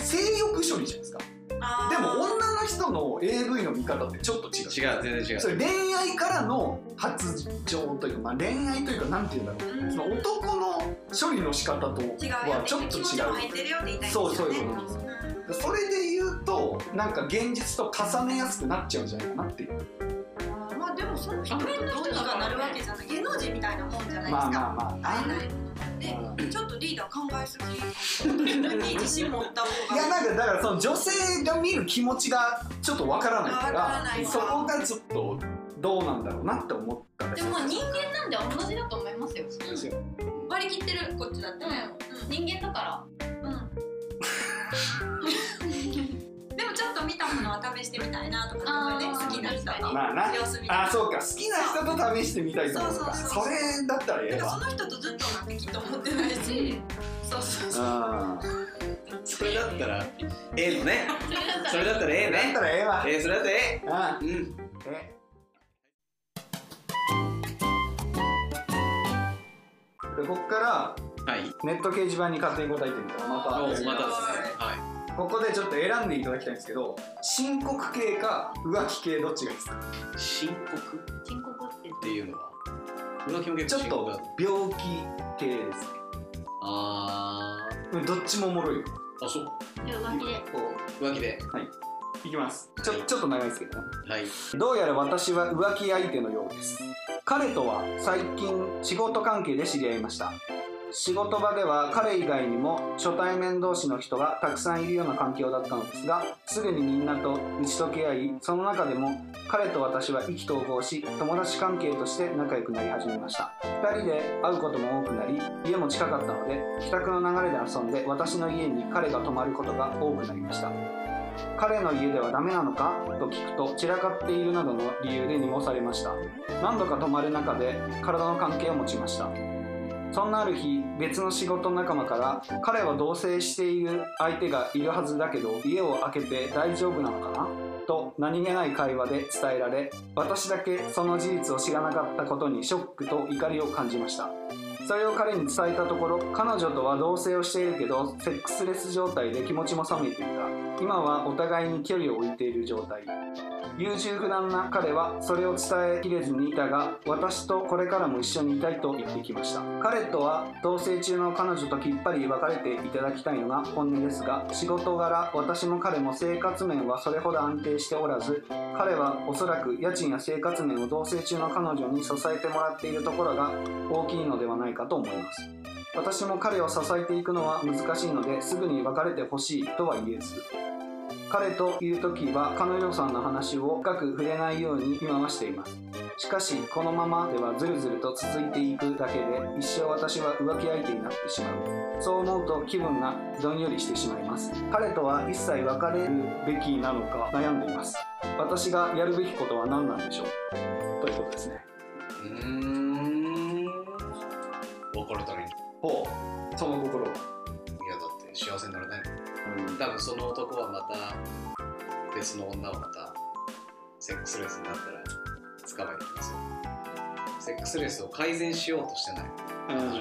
Speaker 2: 性欲処理じゃないですか。
Speaker 4: ー
Speaker 2: でも女の人の AV の見方ってちょっと違う。
Speaker 3: 違う全然違う
Speaker 2: それ恋愛からの発情というか、まあ、恋愛というかなんて言うんだろう、その男の処理の仕方と
Speaker 4: 違うよ
Speaker 2: はちょっと
Speaker 4: 気
Speaker 2: 違う
Speaker 4: 持ちも入ってるよって言いたいんですよね
Speaker 2: そうそういうことでそれで言うとなんか現実と重ねやすくなっちゃうんじゃないかなっていう
Speaker 4: あーまあでもその人とどうにかなるわけじゃない芸能人みたいなもんじゃないで
Speaker 2: まあま
Speaker 4: す
Speaker 2: あ
Speaker 4: か
Speaker 2: まあ
Speaker 4: 会えないもので
Speaker 2: うん
Speaker 4: ちょっとリーダー考えすぎ自分に自信持った方
Speaker 2: いや
Speaker 4: が
Speaker 2: なんかだからその女性が見る気持ちがちょっとわからないか
Speaker 4: わからない
Speaker 2: ら
Speaker 4: わ
Speaker 2: そこがちょっとどうなんだろうなって思ったんで
Speaker 5: です
Speaker 2: よ
Speaker 5: も人間なんで同じだと思いますよ
Speaker 2: ですよ
Speaker 4: 割り切ってるこっちだってね
Speaker 5: 人間だから
Speaker 4: うんうんでもちょっと見たものは試してみたいなとかね
Speaker 5: あー
Speaker 4: 好きな人の
Speaker 2: まあな
Speaker 4: 様子見
Speaker 2: あ
Speaker 4: う
Speaker 2: そうか好きな人と試してみたいと思うか
Speaker 4: そうそうそう
Speaker 2: それだったらええ
Speaker 4: だから
Speaker 2: わ
Speaker 4: その人とずっとなんかきっと思ってないしそうそうそう
Speaker 2: うん
Speaker 3: それだったら A のねそれだったら A
Speaker 2: だっ
Speaker 3: ね
Speaker 2: たらええわ
Speaker 3: A それだったら A
Speaker 2: うん
Speaker 3: うん
Speaker 2: えでこっから
Speaker 3: はい。
Speaker 2: ネット掲示板に勝手に答えてみたらま
Speaker 3: お
Speaker 2: た
Speaker 3: またですね。
Speaker 4: 面白い
Speaker 3: は
Speaker 2: ここでちょっと選んでいただきたいんですけど申告系か浮気系どっちがいいですか
Speaker 3: い。深刻っ
Speaker 5: 深刻って
Speaker 3: ていうのは。浮気も
Speaker 2: ち
Speaker 3: 結
Speaker 2: ょ
Speaker 3: 構
Speaker 2: っ
Speaker 3: 深刻だ
Speaker 2: と病気系です
Speaker 3: あ
Speaker 2: ねどっちもおもろいよ
Speaker 3: ー。あ、そう。
Speaker 5: いや浮気で
Speaker 2: こ
Speaker 3: 浮気で。
Speaker 2: ういきますちょちょっと長いですけどね
Speaker 3: はい。
Speaker 2: どうやら私は浮気相手のようです彼とは最近仕事関係で知り合いました仕事場では彼以外にも初対面同士の人がたくさんいるような環境だったのですがすぐにみんなと打ち解け合いその中でも彼と私は意気投合し友達関係として仲良くなり始めました2人で会うことも多くなり家も近かったので帰宅の流れで遊んで私の家に彼が泊まることが多くなりました彼の家ではダメなのかと聞くと散らかっているなどの理由で濁されました何度か泊まる中で体の関係を持ちましたそんなある日別の仕事仲間から彼は同棲している相手がいるはずだけど家を空けて大丈夫なのかなと何気ない会話で伝えられ私だけその事実を知らなかったことにショックと怒りを感じましたそれを彼に伝えたところ彼女とは同棲をしているけどセックスレス状態で気持ちも冷めていた今はお互いに距離を置いている状態優柔不断な彼はそれを伝えきれずにいたが私とこれからも一緒にいたいと言ってきました彼とは同棲中の彼女ときっぱり別れていただきたいのが本音ですが仕事柄私も彼も生活面はそれほど安定しておらず彼はおそらく家賃や生活面を同棲中の彼女に支えてもらっているところが大きいのではないかと思います私も彼を支えていくのは難しいのですぐに別れてほしいとは言えず彼という時は彼女さんの話を深く触れないように今はしていますしかしこのままではずるずると続いていくだけで一生私は浮気相手になってしまうそう思うと気分がどんよりしてしまいます彼とは一切別れるべきなのか悩んでいます私がやるべきことは何なんでしょうということですね
Speaker 3: うーん。別れたらいい。い
Speaker 2: ほうその心
Speaker 3: や、だって幸せにならないもん。多分その男はまた別の女をまたセックスレスになったら捕まえてきますよセックスレスを改善しようとしてない
Speaker 2: うん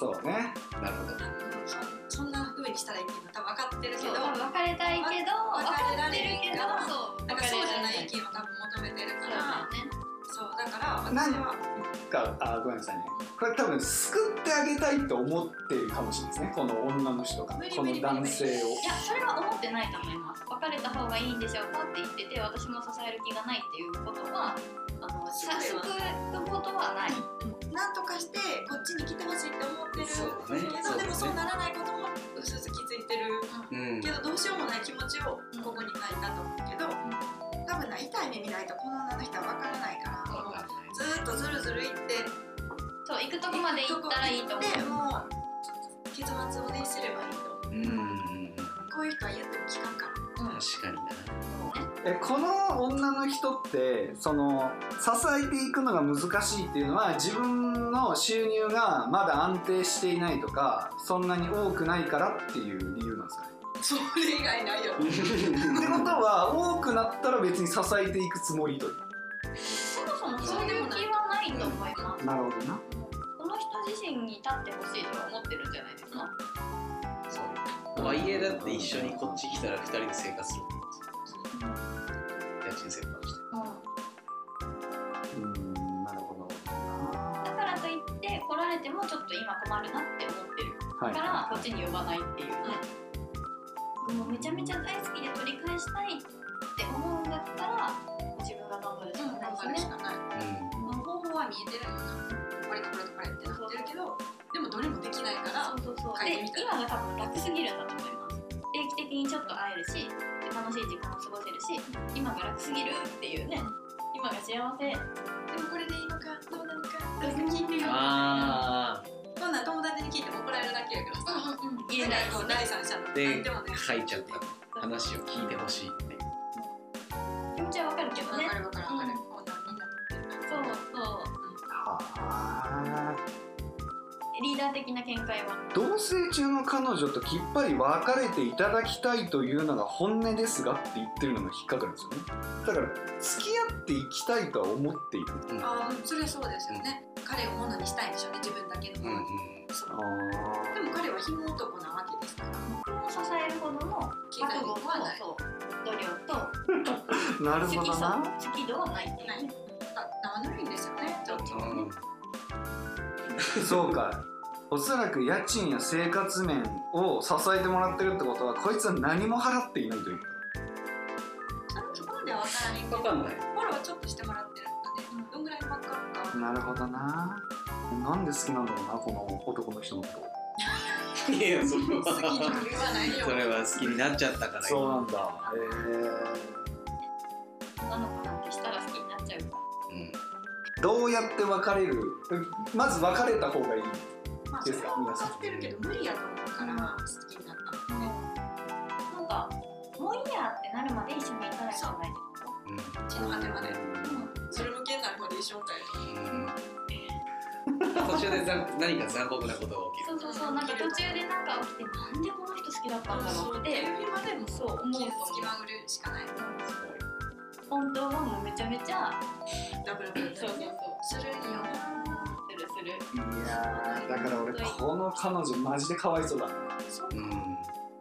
Speaker 2: そうね
Speaker 3: なるほど
Speaker 4: そんな風にしたらいいっていうの多分分かってるけ
Speaker 5: そう
Speaker 4: ど
Speaker 5: 多分別れたいけど
Speaker 4: 別れら
Speaker 5: 分かっ
Speaker 4: れ
Speaker 5: て
Speaker 4: る
Speaker 5: る
Speaker 4: け
Speaker 5: け
Speaker 4: ど
Speaker 5: どそう
Speaker 4: なんかそうじゃない意
Speaker 5: けど
Speaker 4: 見を多分求めてるか
Speaker 5: そう
Speaker 4: ら
Speaker 5: だよね
Speaker 4: そうだから
Speaker 2: なん
Speaker 4: 私は
Speaker 2: かあごめんなさいねこれ多分救ってあげたいと思ってるかもしれないですねこの女の人が
Speaker 4: 無理
Speaker 2: こ
Speaker 4: 無理
Speaker 2: の男性を
Speaker 5: いやそれは思ってないと思います別れた方がいいんでしょうかって言ってて私も支える気がないっていうことはあの
Speaker 4: そ
Speaker 5: 支
Speaker 4: れは
Speaker 5: えることはない
Speaker 4: なんとかしてこっちに来てほしいって思ってる
Speaker 3: そうだね
Speaker 4: け
Speaker 3: そうだ
Speaker 4: ど
Speaker 3: ね
Speaker 4: でもそうならないこともうすうす気づいてる
Speaker 3: うん
Speaker 4: けどどうしようもない気持ちをここに書いたと思うけど多分な痛い目見ないとこの女の人は分からないから
Speaker 3: わか
Speaker 4: も
Speaker 3: んないう
Speaker 4: ずーっとずるずるいって
Speaker 5: そう行くとこまで行ったらいいと思
Speaker 4: で
Speaker 5: う
Speaker 4: もう結末をねすればいいと思う
Speaker 3: うんうんうん
Speaker 4: こういう人は言っても聞かんから
Speaker 3: 確かにな
Speaker 2: えこの女の人ってその支えていくのが難しいっていうのは自分の収入がまだ安定していないとかそんなに多くないからっていう理由なんですかね
Speaker 4: それ以外ないよ
Speaker 2: ってことは多くなったら別に支えていくつもりと
Speaker 5: そもそもそういう気はないと思います
Speaker 2: なるほどな
Speaker 5: この人自身に立ってほしいとは思ってるんじゃないですか
Speaker 3: そうとはいえだって一緒にこっち来たら二人で生活するってことですよ家賃折半して
Speaker 5: うん
Speaker 2: うんなるほどな
Speaker 5: だからといって来られてもちょっと今困るなって思ってる
Speaker 2: は
Speaker 5: だ
Speaker 2: い
Speaker 5: からこっちに呼ばないっていうね、もうめちゃめちゃ大好きで取り返したいって思うんだったら自分が頑張るしか
Speaker 4: 頑張
Speaker 5: な
Speaker 4: る
Speaker 5: い
Speaker 4: し
Speaker 5: し
Speaker 4: か
Speaker 5: ね、
Speaker 4: ない
Speaker 3: うん
Speaker 4: この方法は見えてるよなこれとこれとこれってなってるけどでもどれもできないから
Speaker 5: そうそうそう
Speaker 4: 変え
Speaker 5: で
Speaker 4: てみたら
Speaker 5: 今が多分楽すぎるんだと思います定期的にちょっと会えるし楽しい時間を過ごせるし今が楽すぎるっていうね今が幸せ
Speaker 4: でもこれでいいのかどうなのか聞いてよ
Speaker 3: あ
Speaker 4: どんな友達に聞いても怒られるだけやからさ
Speaker 5: 言えないし
Speaker 4: こう
Speaker 5: ね
Speaker 4: 第三者の
Speaker 3: で
Speaker 4: 相手もね
Speaker 3: あ書いちゃった話を聞いてほしいって
Speaker 5: 気持ちはわかるけど
Speaker 4: わ
Speaker 5: ね
Speaker 4: かるわかるわかる
Speaker 5: うん
Speaker 4: こんなんみんな撮ってる
Speaker 5: そうそう
Speaker 2: はあ
Speaker 5: リーダー的な見解は
Speaker 2: 同棲中の彼女ときっぱり別れていただきたいというのが本音ですがって言ってるのが引っかかるんですよねだから付き合っていきたいとは思っている
Speaker 4: ああそれそうですよね彼を物にしたいんでしょうね自分だけの
Speaker 3: うん
Speaker 4: も
Speaker 3: う
Speaker 4: の
Speaker 3: ん
Speaker 4: に、その
Speaker 2: あ
Speaker 4: でも彼は紐男なわけですから
Speaker 5: 人を支えるほどの
Speaker 4: 気
Speaker 5: 覚
Speaker 4: が
Speaker 5: 悟と
Speaker 4: はない
Speaker 5: そう努力と
Speaker 2: ーなる
Speaker 5: 好
Speaker 2: ほ
Speaker 5: き
Speaker 2: ど
Speaker 5: さ
Speaker 2: な
Speaker 5: 好き度はないっていう
Speaker 4: ない
Speaker 5: ね
Speaker 4: だだるいんですよねちょっと
Speaker 3: うんうん
Speaker 2: そうかおそらく家賃や生活面を支えてもらってるってことはこいつは何も払っていないという
Speaker 4: そのところでは分からへんけど
Speaker 3: わかんない
Speaker 4: フォローはちょっとしてもらってるのでどんぐらい分かるか
Speaker 2: なるほどななんで好きなんだろうなこの男の人のこと
Speaker 3: いやそれ
Speaker 4: 好きに
Speaker 3: は
Speaker 4: も言わないよ
Speaker 3: それは好きになっちゃったから
Speaker 2: そうなんだ
Speaker 5: 女の子なんてしたら好きになっちゃうから
Speaker 3: うん
Speaker 2: えー、どうやって別れるまず別れた方がいい
Speaker 4: まあそれは分かってるけど無理やと思うから好きになったの
Speaker 5: なんかもういいやってなるまで一緒に行かないといけないですか
Speaker 3: うん
Speaker 4: うちの果てまで
Speaker 5: う
Speaker 4: それ向けになるまで一緒みたい
Speaker 3: うん途中でざん何か残酷なことが起きる
Speaker 5: そうそうそうなんか途中でなんか起きてなんでこの人好きだったんだろうっ
Speaker 4: で
Speaker 5: て
Speaker 4: までも
Speaker 5: そう思うと
Speaker 4: 傷つきまぐるしかない
Speaker 5: 本当はもうめちゃめちゃ
Speaker 4: ダブルブル
Speaker 5: そうそうそう
Speaker 4: するんよ
Speaker 5: するする
Speaker 2: いやーだから俺この彼女マジでかわいそうだな
Speaker 4: そう
Speaker 3: うん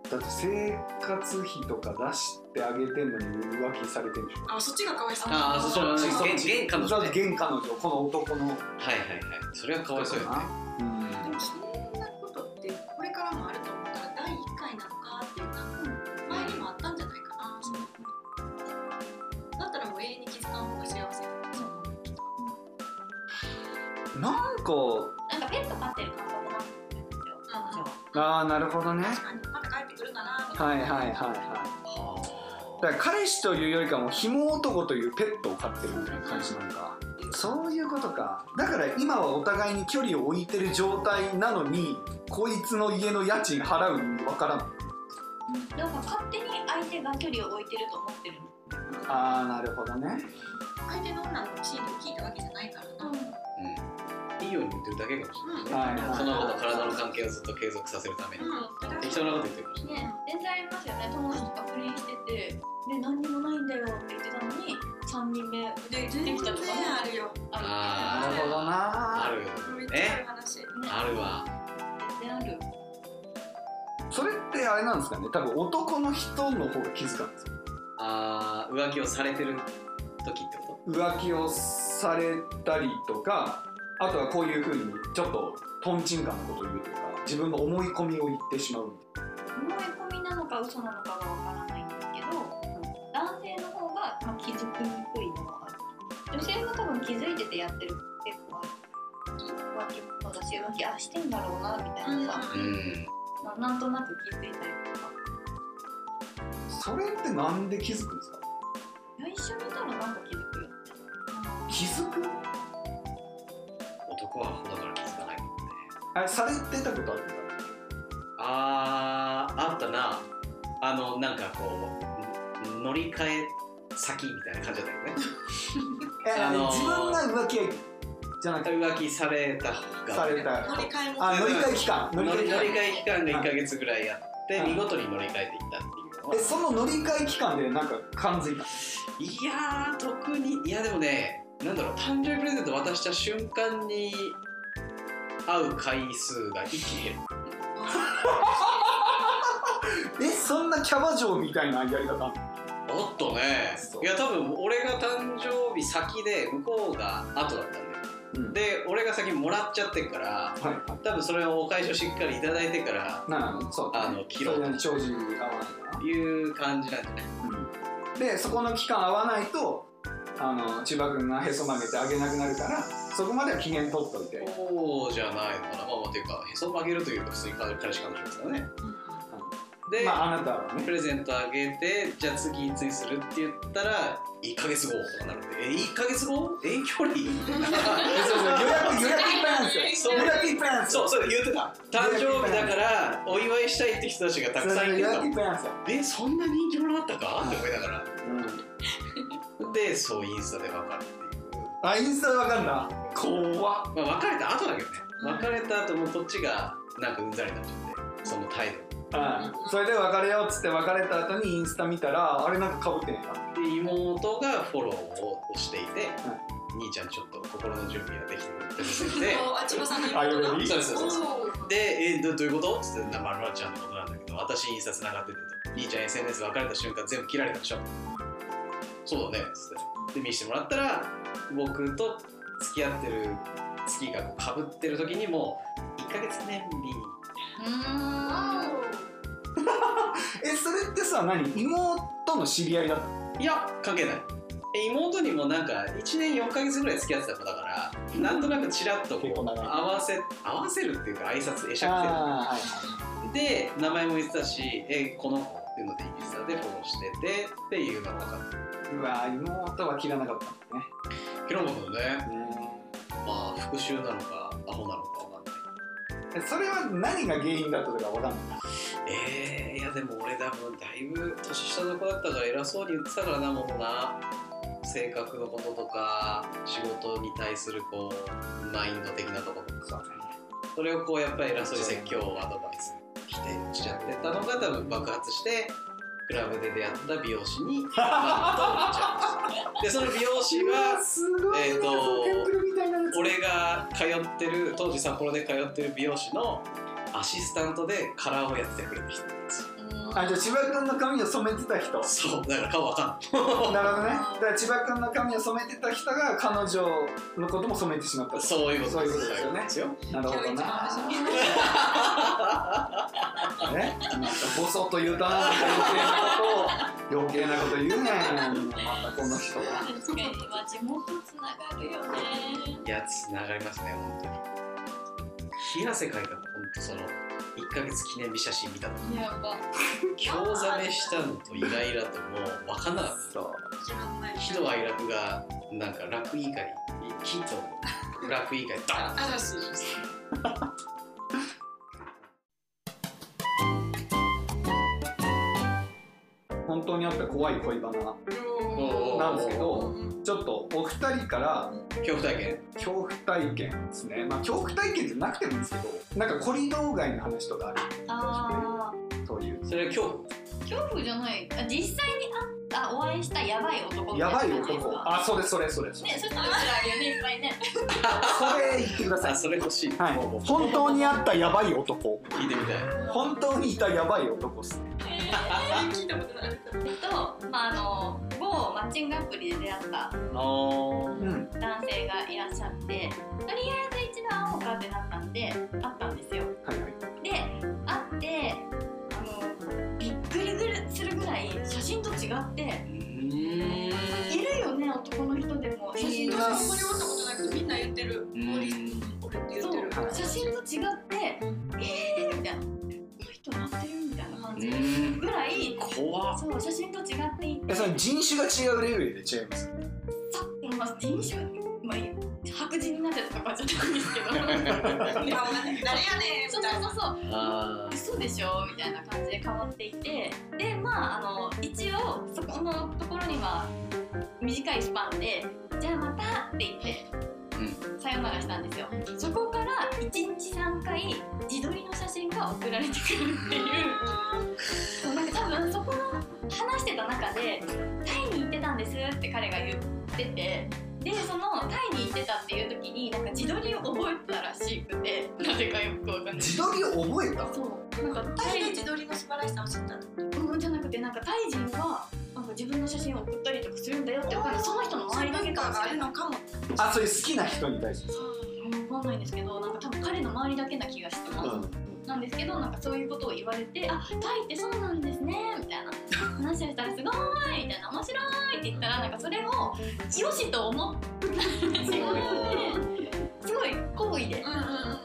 Speaker 2: だって生活費とか出してあげてんのに浮気されてるでしょ
Speaker 4: あそっちがかわいそう
Speaker 3: ああそ
Speaker 2: っち
Speaker 3: う
Speaker 2: そ
Speaker 3: そうう現現彼
Speaker 2: じゃ
Speaker 3: 女
Speaker 2: あ
Speaker 3: ね
Speaker 2: 現彼女この男の
Speaker 3: はいはいはいそれはかわいそうよね
Speaker 2: うん
Speaker 4: でもそんなことってこれからもあると思うから第1回なのかっていうか前にもあったんじゃないかな、だったらもう永遠に気づかん方が幸せ
Speaker 2: なんか
Speaker 5: なんかペット飼ってる感覚なんですよ
Speaker 4: うん
Speaker 2: ああなるほどね
Speaker 4: 確かにまた帰ってくるかなみたい
Speaker 2: はいはいはいはい
Speaker 3: は
Speaker 2: だから彼氏というよりかも紐男というペットを飼ってるみたいな感じなんかそういうことかだから今はお互いに距離を置いてる状態なのにこいつの家の家賃払う意味わからん
Speaker 5: なんか勝手に相手が距離を置いてると思ってるの
Speaker 2: ああなるほどね
Speaker 4: な相手の女の心理を聞いたわけじゃないからな、
Speaker 3: あいいように言ってるだけかもしれないね
Speaker 2: はいはい
Speaker 3: その子と体の関係をずっと継続させるために
Speaker 4: うん
Speaker 3: 適当なこと言ってるかもしれない
Speaker 5: ね全然ありますよね友達とか不倫しててで何にもないんだよって言ってたのに3人目
Speaker 4: で
Speaker 5: できたとかね
Speaker 4: あるよ
Speaker 5: あ
Speaker 2: な
Speaker 5: る
Speaker 2: る
Speaker 5: ね
Speaker 2: ほどな
Speaker 3: あるよ
Speaker 4: めっちゃあ
Speaker 3: え
Speaker 4: る話
Speaker 5: ね
Speaker 3: あるわ
Speaker 5: 全然ある
Speaker 2: それってあれなんですかね多分男の人の方が気づかんですよ
Speaker 3: あー浮気をされてる時ってこ
Speaker 2: 浮気をされたりとかあとはこういうふうにちょっととんちんかンなことを言うというか自分の思い込みを言ってしまう
Speaker 5: 思い込みなのか嘘なのかがわからないんですけど、男性の方が、まあ、気づきにくいのはある女性は多分気づいててやってる結構ある浮気私浮気あしてんだろうなみたいなさ、
Speaker 3: とうん
Speaker 5: まあ、なんとなく気づいたりとか
Speaker 2: それってなんで気づくんですか
Speaker 5: いや一緒にいたらなんか気づくよって
Speaker 2: 気づく
Speaker 3: 男はアホだから気づかないもんね
Speaker 2: あれされてたことあるんだ
Speaker 3: あーあったなあのなんかこうん乗り換え先みたいな感じだったよね
Speaker 2: え、
Speaker 3: あのー
Speaker 2: 自分が浮気じゃなくて
Speaker 3: 浮気されたが
Speaker 2: され
Speaker 4: 乗
Speaker 2: た
Speaker 4: り換えも
Speaker 2: あ乗り換え期間乗
Speaker 3: 乗
Speaker 2: り
Speaker 3: り
Speaker 2: 換え期間
Speaker 3: 乗り換え期間が1か月ぐらいやって、
Speaker 2: はい
Speaker 3: 見事に乗り換えていったっていうのは
Speaker 2: えその乗り換え期間でなんか感づいた
Speaker 3: いやー特にいやでもねなんだろう誕生日プレゼント渡した瞬間に会う回数が一気に減る
Speaker 2: えそんなキャバ嬢みたいなやり方あんの
Speaker 3: おっとね
Speaker 2: そう
Speaker 3: いや多分俺が誕生日先で向こうが後だったんだよ
Speaker 2: うん
Speaker 3: で俺が先にもらっちゃってるから
Speaker 2: はいは
Speaker 3: 多分それをお返しをしっかりいただいてから
Speaker 2: いなあそう
Speaker 3: あの切ろ
Speaker 2: それ
Speaker 3: う
Speaker 2: に長寿合わないかな
Speaker 3: という感じなんじゃない
Speaker 2: でそこの期間合わないとあの千葉君がへそ曲げてあげなくなるからそこまでは期限取っといて
Speaker 3: そうじゃないのかなまあまあというかへそ曲げるというか普通に彼氏彼女ですからねで、
Speaker 2: まああなたはね
Speaker 3: プレゼントあげてじゃあ次いつにするって言ったら1か月後とかなるんでえ1か月後遠距離
Speaker 2: そうそう予約予約いっぱいなんですよ
Speaker 3: そう
Speaker 2: 予約いっぱいなんですよ
Speaker 3: そうそう言ってた誕生日だからお祝いしたいって人たちがたくさん
Speaker 2: 予
Speaker 3: いると
Speaker 2: 約いっぱいなんですよ、
Speaker 3: えそんな人気者だったかって思いながらでそうインスタで分かるっていう
Speaker 2: あインスタでわかんだ怖っ
Speaker 3: まあ、別れた後だけどね
Speaker 4: うん
Speaker 3: 別れた後もうこっちがなんかうんざりになっちゃってその態度
Speaker 2: うんそれで別れようっつって別れた後にインスタ見たらあれなんかかぶってないか
Speaker 3: で妹がフォローをしていて、兄ちゃんちょっと心の準備ができてるみたいで
Speaker 4: あ千葉さんの
Speaker 2: あ
Speaker 4: 妹が
Speaker 2: より
Speaker 3: そうですそうです
Speaker 4: おー
Speaker 3: で、えどどういうことつって言ったら、まるまるちゃんのことなんだけど、私印刷ながってて、兄ちゃん SNS 別れた瞬間全部切られたでしょ。そうだね、つって。で、見せてもらったら、僕と付き合ってる月がかぶってる時にもう、1ヶ月ね、B
Speaker 2: えそれってさ何妹の知り合いだったの
Speaker 3: いや、関係ない。え妹にもなんか1年4ヶ月ぐらい付き合ってた子だからなんとなくちらっとこ
Speaker 2: 結構
Speaker 3: う
Speaker 2: 長い
Speaker 3: 合わせ合わせるっていうか挨拶会釈程度
Speaker 2: あ
Speaker 3: で名前も言ってたし「えこの子」っていうのでインスタでフォローしててっていうのが分かった
Speaker 2: ーうわ妹は切らなかったんだね
Speaker 3: ひろもくんねまあ復讐なのかアホなのか分かんない
Speaker 2: えそれは何が原因だったとかわかんない
Speaker 3: えー、いやでも俺多分だいぶ年下の子だったから偉そうに言ってたからなもうな性格のこととか仕事に対するこうマインド的なとことか
Speaker 2: そう
Speaker 3: それをこうやっぱり偉そうに説教をアドバイス否定しちゃってたのが多分爆発してクラブで出会った美容師にバッと行っちゃうんですよでその美容師が
Speaker 2: すご
Speaker 3: いねえーとテンプ
Speaker 2: ルみたいなや
Speaker 3: 俺が通ってる当時札幌で通ってる美容師のアシスタントでカラーをやってくれた人なんですよ
Speaker 2: あじゃあ千葉君の髪を染めてた人
Speaker 3: そうだから顔わかんない
Speaker 2: なるほどねだから千葉君の髪を染めてた人が彼女のことも染めてしまったと
Speaker 3: そういうこと
Speaker 2: そういうことです
Speaker 3: よね。
Speaker 2: なるほどなねなんかボソと言うたな余計なことを余計なこと言うねまたこの人が
Speaker 5: 確かに、まあ、地元つながるよね。
Speaker 3: いやつながりますね本当に。平瀬海が本当その一ヶ月記念日写真見たの。
Speaker 5: やっぱ、
Speaker 3: 興ざめしたのとイライラともう分かんなかっ
Speaker 2: そう
Speaker 4: 決まんない
Speaker 3: た。喜怒哀楽がなんか楽委員会、喜と楽委員会ダーン。
Speaker 4: 嵐
Speaker 2: 本当にあった怖い恋バナ
Speaker 3: お ー
Speaker 2: なんですけどちょっとお二人から
Speaker 3: 恐怖体験。
Speaker 2: 恐怖体験ですねまあ恐怖体験じゃなくてもいいんですけどなんかコリドー外の話とかある
Speaker 5: あ
Speaker 2: という
Speaker 3: それは恐怖。
Speaker 5: ー恐怖じゃない。あ実際に会った、お会いしたやばい男みた
Speaker 2: やばい
Speaker 5: な感じです
Speaker 2: 男
Speaker 5: か
Speaker 2: あそれそれそれそれ
Speaker 5: ね、そしたらうちらあるよね、いっぱいね。
Speaker 2: それ言ってください
Speaker 3: あそれ欲しい。
Speaker 2: はい
Speaker 3: もうもう
Speaker 2: 本当にあったやばい男
Speaker 3: 聞いてみたい。
Speaker 2: 本当にいたやばい男っすね
Speaker 4: 聞いたことない
Speaker 5: えっと、まあ、あの、某マッチングアプリで出会った
Speaker 3: あー
Speaker 2: うん
Speaker 5: 男性がいらっしゃって、とりあえず一度会おうかってなったんで、会ったんですよ。
Speaker 2: はいはい
Speaker 5: で会ってあのびっくりぐらするぐらい写真と違っているよね男の人でも写真と
Speaker 4: あんまり思ったことなくてみんな言ってる
Speaker 3: うん
Speaker 4: 俺俺って言っ
Speaker 5: そ
Speaker 4: て
Speaker 5: う
Speaker 4: る
Speaker 5: 写真と違ってえーみたいなこの人なってるみたいな感
Speaker 3: う
Speaker 5: じ
Speaker 3: ん。
Speaker 5: ぐらい
Speaker 3: 怖っ。
Speaker 5: そう写真と違っていて
Speaker 2: えそ
Speaker 5: さ
Speaker 2: れ人種が違うレベルで違います
Speaker 5: まあ人種まあ白人になってたとかじゃないんで すけどね
Speaker 4: 顔がね誰やねんみ
Speaker 5: そう
Speaker 4: たいな
Speaker 5: そうそうそう
Speaker 3: あー
Speaker 5: 嘘でしょみたいな感じで変わっていてでまああの一応そこのところには短いスパンで「じゃあまた」って言って、さよならしたんですよそこから1日3回自撮りの写真が送られてくるっていうそうなんか多分そこの話してた中で「タイに行ってたんです」って彼が言ってて。でそのタイに行ってたっていう時になんか自撮りを覚えてたらしくてなぜかよくわかんない
Speaker 2: 自撮りを覚えた
Speaker 5: そうなんかタ
Speaker 4: 大
Speaker 5: イ
Speaker 4: 変自撮りの素晴らしさを知ったと
Speaker 5: うんじゃなくてなんかタイ人はなんか自分の写真を送ったりとかするんだよって分かるその人の周りだけ
Speaker 4: 文化
Speaker 5: かも
Speaker 4: があ
Speaker 5: しれ
Speaker 4: る
Speaker 5: ない
Speaker 4: のかも
Speaker 2: あそういう好きな人に対してです
Speaker 5: 分かんないんですけどなんか多分彼の周りだけな気がしてます、なんですけどなんかそういうことを言われて「あタイってそうなんですね」みたいな話をしたら「すごい!」みたいな「面白い!」って言ったらなんかそれをよしと思ってしまってすごい好意で
Speaker 4: うんうん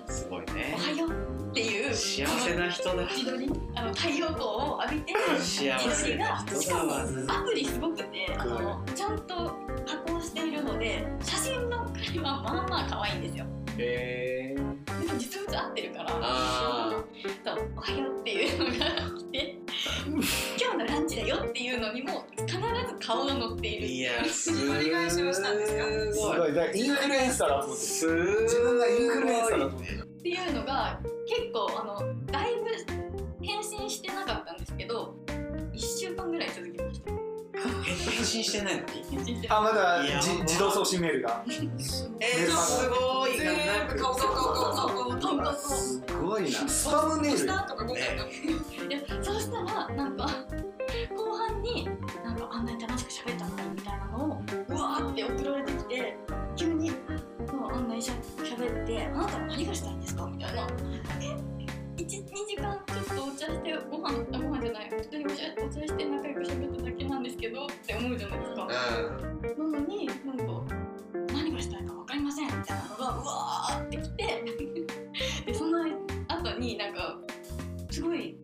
Speaker 4: うん
Speaker 3: すごい
Speaker 5: 「お
Speaker 3: ね。
Speaker 5: はよう」っていう
Speaker 3: 幸せな人だ。
Speaker 5: 自撮りあの太陽光を浴びて
Speaker 3: 幸
Speaker 5: 自撮
Speaker 3: せ
Speaker 5: り
Speaker 3: な
Speaker 5: が
Speaker 3: 人
Speaker 5: しか
Speaker 3: だ
Speaker 5: も
Speaker 3: わ。
Speaker 5: アプリすごくてあのちゃんと加工しているので写真の彼はまあまあ可愛いんですよ
Speaker 3: へえー。
Speaker 5: でも実物合ってるから
Speaker 3: あ
Speaker 5: そうおはようっていうのが来て今日のランチだよっていうのにも必ず顔が載っている
Speaker 3: いや、す
Speaker 4: ごい
Speaker 3: ごい。
Speaker 2: すごいだからインフルエンサーだと思って
Speaker 3: すごい。
Speaker 2: 自分がインフルエンサーだと思って
Speaker 3: て。
Speaker 5: っていうのが結構あのだいぶ変身してなかったんですけど1週間ぐらい続きました
Speaker 3: 変信してないのに
Speaker 2: あまだ
Speaker 3: いや
Speaker 2: じ
Speaker 3: もう
Speaker 2: 自動送信メールが
Speaker 3: えー、すごい
Speaker 4: 全部顔顔顔顔顔顔顔顔
Speaker 2: すごいなスパムメ
Speaker 4: ス
Speaker 2: ー
Speaker 4: タ
Speaker 2: ル
Speaker 4: ーとかこうやって
Speaker 5: でそうしたらなんか後半になんかあんなに楽しく喋ったのにみたいなのをうわーって送られてきて急にもうあんなにしゃ喋って「あなたは何がしたいんですか?」みたいな。え12時間ちょっとお茶してご飯あご飯じゃない普通にお茶お茶して仲良く喋っただけなんですけどって思うじゃないですか。
Speaker 3: うん
Speaker 5: なのになんか何がしたいか分かりませんみたいなのがうわーってきて でその後になんかすごい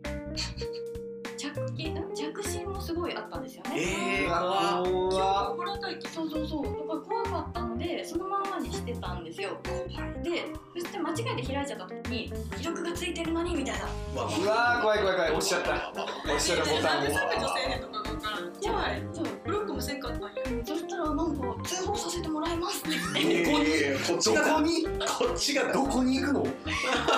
Speaker 5: 着信ん着信もすごいあったんですよね。
Speaker 3: えー
Speaker 2: うわ怖っ
Speaker 4: 心と息
Speaker 5: そうそうそうだから怖かったのでそのまんまにしてたんですよでそして間違えて開いちゃった時に記録がついてるのにみたいな
Speaker 3: わ
Speaker 2: うわー怖い怖い怖い押しちゃった
Speaker 3: た
Speaker 2: 押しちゃったボタ
Speaker 4: なん
Speaker 2: ンを
Speaker 4: でさっき女性ねとかが分からんやばい
Speaker 5: そう
Speaker 4: ブロックもせんかったんや
Speaker 5: うんそしたらなんか通報させてもらいますって言って
Speaker 3: こっ
Speaker 2: ど
Speaker 3: ちが
Speaker 2: こに
Speaker 3: こっちがだ
Speaker 2: どこに行くの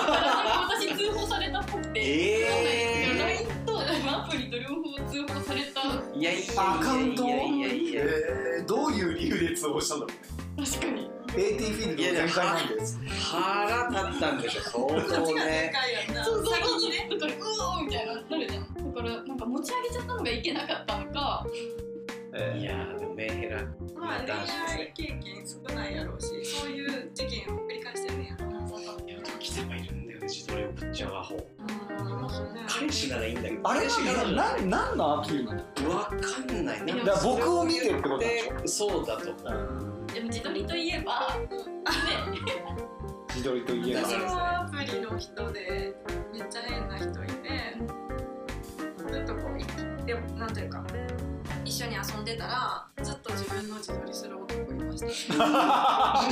Speaker 5: 私通報されたっぽくて
Speaker 3: えー
Speaker 5: LINE とアプリと両方通報された
Speaker 3: いやいやいやいや
Speaker 2: アカウントを
Speaker 3: いやいやいや
Speaker 2: えーどういう理由で通報したんだろ
Speaker 5: 確かに
Speaker 2: う AT フィールド全開なんです
Speaker 3: 腹立ったんでしょ相
Speaker 4: こっ
Speaker 3: 当
Speaker 4: ちがで
Speaker 3: ね
Speaker 4: かいやんな
Speaker 5: そうそう
Speaker 4: 先にね
Speaker 5: だからうおーみたいななるじゃんだからなんか持ち上げちゃったのがいけなかったのか
Speaker 3: いやーでもメンヘラ
Speaker 4: まあ恋愛経験少ないやろうしそういう事件を繰り返してるんやろ
Speaker 3: 時たまいるんだよね自撮り送っちゃうアホ
Speaker 4: ね
Speaker 3: 彼氏ならいいんだけど
Speaker 2: あれ
Speaker 3: 彼氏が
Speaker 2: はなな何のアピールなんだ
Speaker 3: わかんない
Speaker 5: だ
Speaker 2: から僕を見てってことでし
Speaker 3: そうだと思う
Speaker 5: でも自撮りといえば
Speaker 2: 自撮りといえば
Speaker 4: 私もアプリの人でめっちゃ変な人いてずっとこうでもなんていうか一緒に遊んでたらずっと自分の自撮りする男いました。さ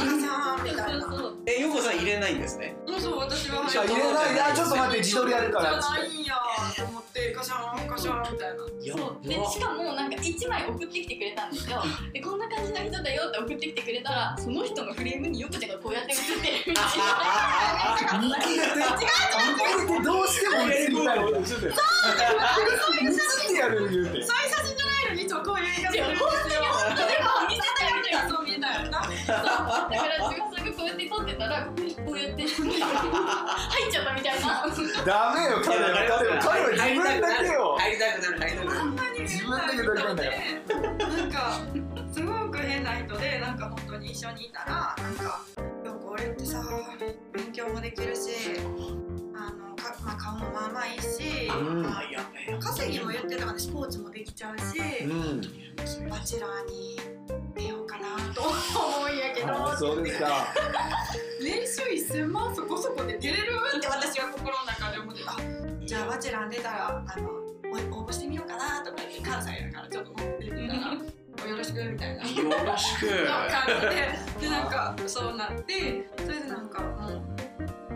Speaker 4: んみ
Speaker 5: そう
Speaker 4: たいな。
Speaker 5: そうそう
Speaker 3: えようこさん入れないんですね
Speaker 4: もうそう私は
Speaker 2: あ入れないあちょっと待って自撮りやるからっつ
Speaker 4: な
Speaker 2: っ
Speaker 4: いんやと思ってガシャンガシャンみたいな。
Speaker 3: や
Speaker 5: そうでしかもなんか1枚送ってきてくれたんですよでこんな感じの人だよって送ってきてくれたらその人のフレームに横手がこうやって写ってるみたい
Speaker 2: 見切れて見切れてどうしても見せみたいな見せてやる言うて
Speaker 4: そういう写真じゃないのにそうこういうやつ
Speaker 5: な違う本当に本当にもう見せたいみたいな
Speaker 4: そう見えたよな。
Speaker 5: だから自分さんがこうやって撮ってたらここにこうやって入っちゃったみたいな
Speaker 2: ダメよ彼は彼は彼は自分だけよ
Speaker 3: 入りたくなる入りたくなる
Speaker 4: 自分だけ撮りたいんだからなんかすごく変な人でなんか本当に一緒にいたらなんか「よく俺ってさ勉強もできるしあのか、まあ、顔もまあまあいいし、
Speaker 2: うん
Speaker 4: まあ稼ぎも言ってたからねスポーツもできちゃうし
Speaker 2: うん
Speaker 4: バチェラーに出ようかなと思うんやけ
Speaker 2: あ
Speaker 4: ど
Speaker 2: そうですか
Speaker 4: 年収1000万そこそこで出れるって私は心の中で思ってた。じゃあバチェラーに出たらあのお応募してみようかなとか言って関西だからちょっと持ってみたらおよろしくみたいな感
Speaker 3: よろしく
Speaker 4: じででなんかそうなってそれでなんかも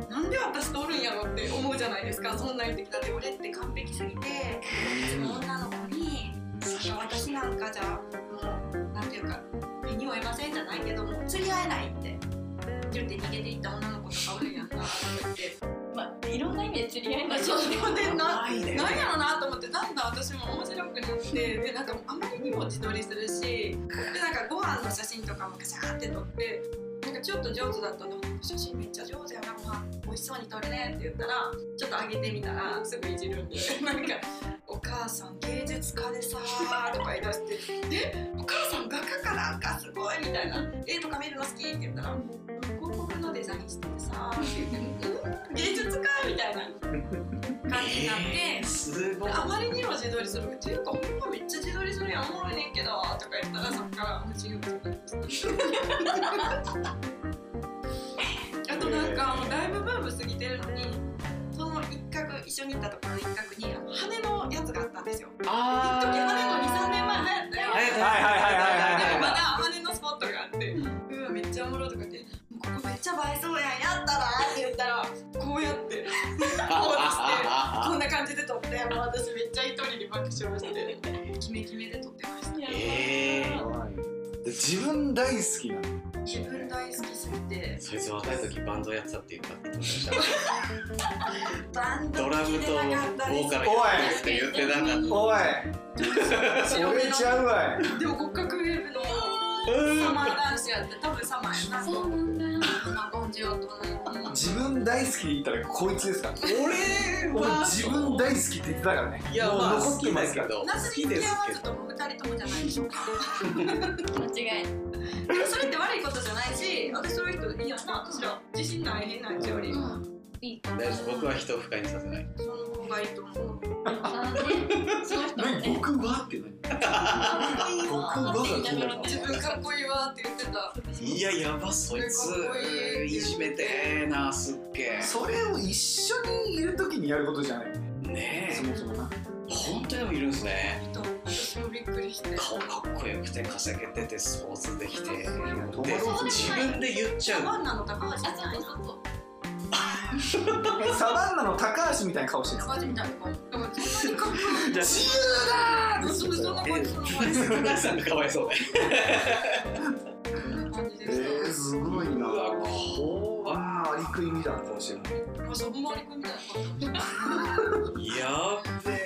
Speaker 4: うなんで私とおるんやろって思うじゃないですかそんなに時だって俺って完璧すぎていつも女の子になんか私なんかじゃもうなんていうか手に負えませんじゃないけどもう釣り合えないって言って逃げていった女の子とかおるんやんなとか言って。
Speaker 5: まあいろんな意味で釣り合いまし
Speaker 4: そ
Speaker 5: ょ
Speaker 4: う
Speaker 5: う
Speaker 4: でな
Speaker 3: ないね
Speaker 4: なんやろなと思ってなんだ私も面白くなってでなんかあまりにも自撮りするしでなんかご飯の写真とかもガシャーって撮ってなんかちょっと上手だったの「写真めっちゃ上手やなご飯美味しそうに撮るね」って言ったらちょっと上げてみたらすぐいじるんで なんか「お母さん芸術家でさ」とか言い出して「えお母さん画家かなんかすごい」みたいな「絵とか見るの好き?」って言ったら「広告のデザインしててさ」って言ってうん「芸術家?」みたいな。感じになって
Speaker 3: えー、すごい
Speaker 4: あまりにも自撮りするっていうかほんまめっちゃ自撮りするやんおもろいねんけどとか言ったらそっから無事になりましたあとなんかもうだいぶブーム過ぎてるのにその一角一緒に行ったところの一角にあの羽のやつがあったんですよ一時
Speaker 3: あ
Speaker 4: 羽の23年前
Speaker 3: は
Speaker 4: 流行った
Speaker 3: い
Speaker 4: よ
Speaker 3: はいはい
Speaker 4: で
Speaker 3: はい
Speaker 4: まだ
Speaker 3: は
Speaker 4: 羽のスポットがあって、うわめっちゃおもろいとか言って、もうここめっちゃ映えそうやんやったなって言ったら、こうやって、こんな感じで撮って、もう私めっちゃ一人で爆笑して、キメキメで撮ってました。
Speaker 3: いえ
Speaker 2: で自分大好きなの
Speaker 4: 自分大好きすぎて
Speaker 3: そいつ若い時バンドやってたって言ったって言ってました
Speaker 4: バンド
Speaker 3: ドラ
Speaker 4: 聞
Speaker 3: ム
Speaker 4: い
Speaker 3: と
Speaker 4: て
Speaker 3: ボ
Speaker 4: なかったで
Speaker 3: ー
Speaker 4: す
Speaker 3: カルやってるって言ってなかっ
Speaker 2: おい
Speaker 4: そ
Speaker 2: 俺
Speaker 4: れ
Speaker 2: 違うわい
Speaker 4: でも骨格ウェーブのサマー男子やって多分サマーやな
Speaker 5: そうなんだよ
Speaker 4: まあ根性と
Speaker 2: 自分大好きで言ったらこいつですから
Speaker 3: た俺
Speaker 2: 俺
Speaker 3: は
Speaker 2: 自分大好きって言ってたからね
Speaker 3: いやま
Speaker 2: も
Speaker 3: あ
Speaker 2: う
Speaker 3: 好
Speaker 2: 残って
Speaker 3: き
Speaker 2: ま
Speaker 3: ですすけ
Speaker 2: から
Speaker 3: ど好
Speaker 4: 夏
Speaker 3: き
Speaker 4: に付
Speaker 3: で
Speaker 4: き
Speaker 3: す
Speaker 4: 合わ
Speaker 3: け
Speaker 4: ずとも二人ともじゃないでしょうか
Speaker 5: 間違いない
Speaker 4: それって悪いことじゃないし私そういう人いいやんな私ら自信ない変なやつより
Speaker 5: う
Speaker 4: そ
Speaker 5: んいい
Speaker 3: ど大丈夫僕は人を不快にさせない
Speaker 4: の方がいいと思う
Speaker 5: あーねその人もね
Speaker 2: 僕はって何僕はが気になる
Speaker 4: 自分かっこいいわって言ってた
Speaker 3: いややばそいつ
Speaker 4: かっこいい
Speaker 3: いじめてえなすっげ
Speaker 2: それを一緒にいる時にやることじゃない
Speaker 3: えね
Speaker 2: そもそもな
Speaker 3: え本当にでもいるんですね
Speaker 4: 人私もびっくりして
Speaker 3: 顔かっこよくて稼げててスポーツできてで
Speaker 2: 友達
Speaker 3: 自分で言っちゃ
Speaker 4: ワ
Speaker 3: う
Speaker 4: ンなの高橋じゃ
Speaker 5: あそう
Speaker 4: ない
Speaker 5: そうそう
Speaker 2: えサバンナの高橋みたいな顔してる
Speaker 4: 高橋みたいな顔だからそんなにかっこいい
Speaker 2: 自
Speaker 4: そ んな感じそんな感じ
Speaker 3: 高橋さんがかわいそうね
Speaker 4: そんな感じで
Speaker 2: えー、
Speaker 4: し
Speaker 2: すごいうな
Speaker 3: わ怖っ
Speaker 2: わあアリクイみたいな顔してる
Speaker 4: たもうそこまでくみたいな顔
Speaker 3: やっべえ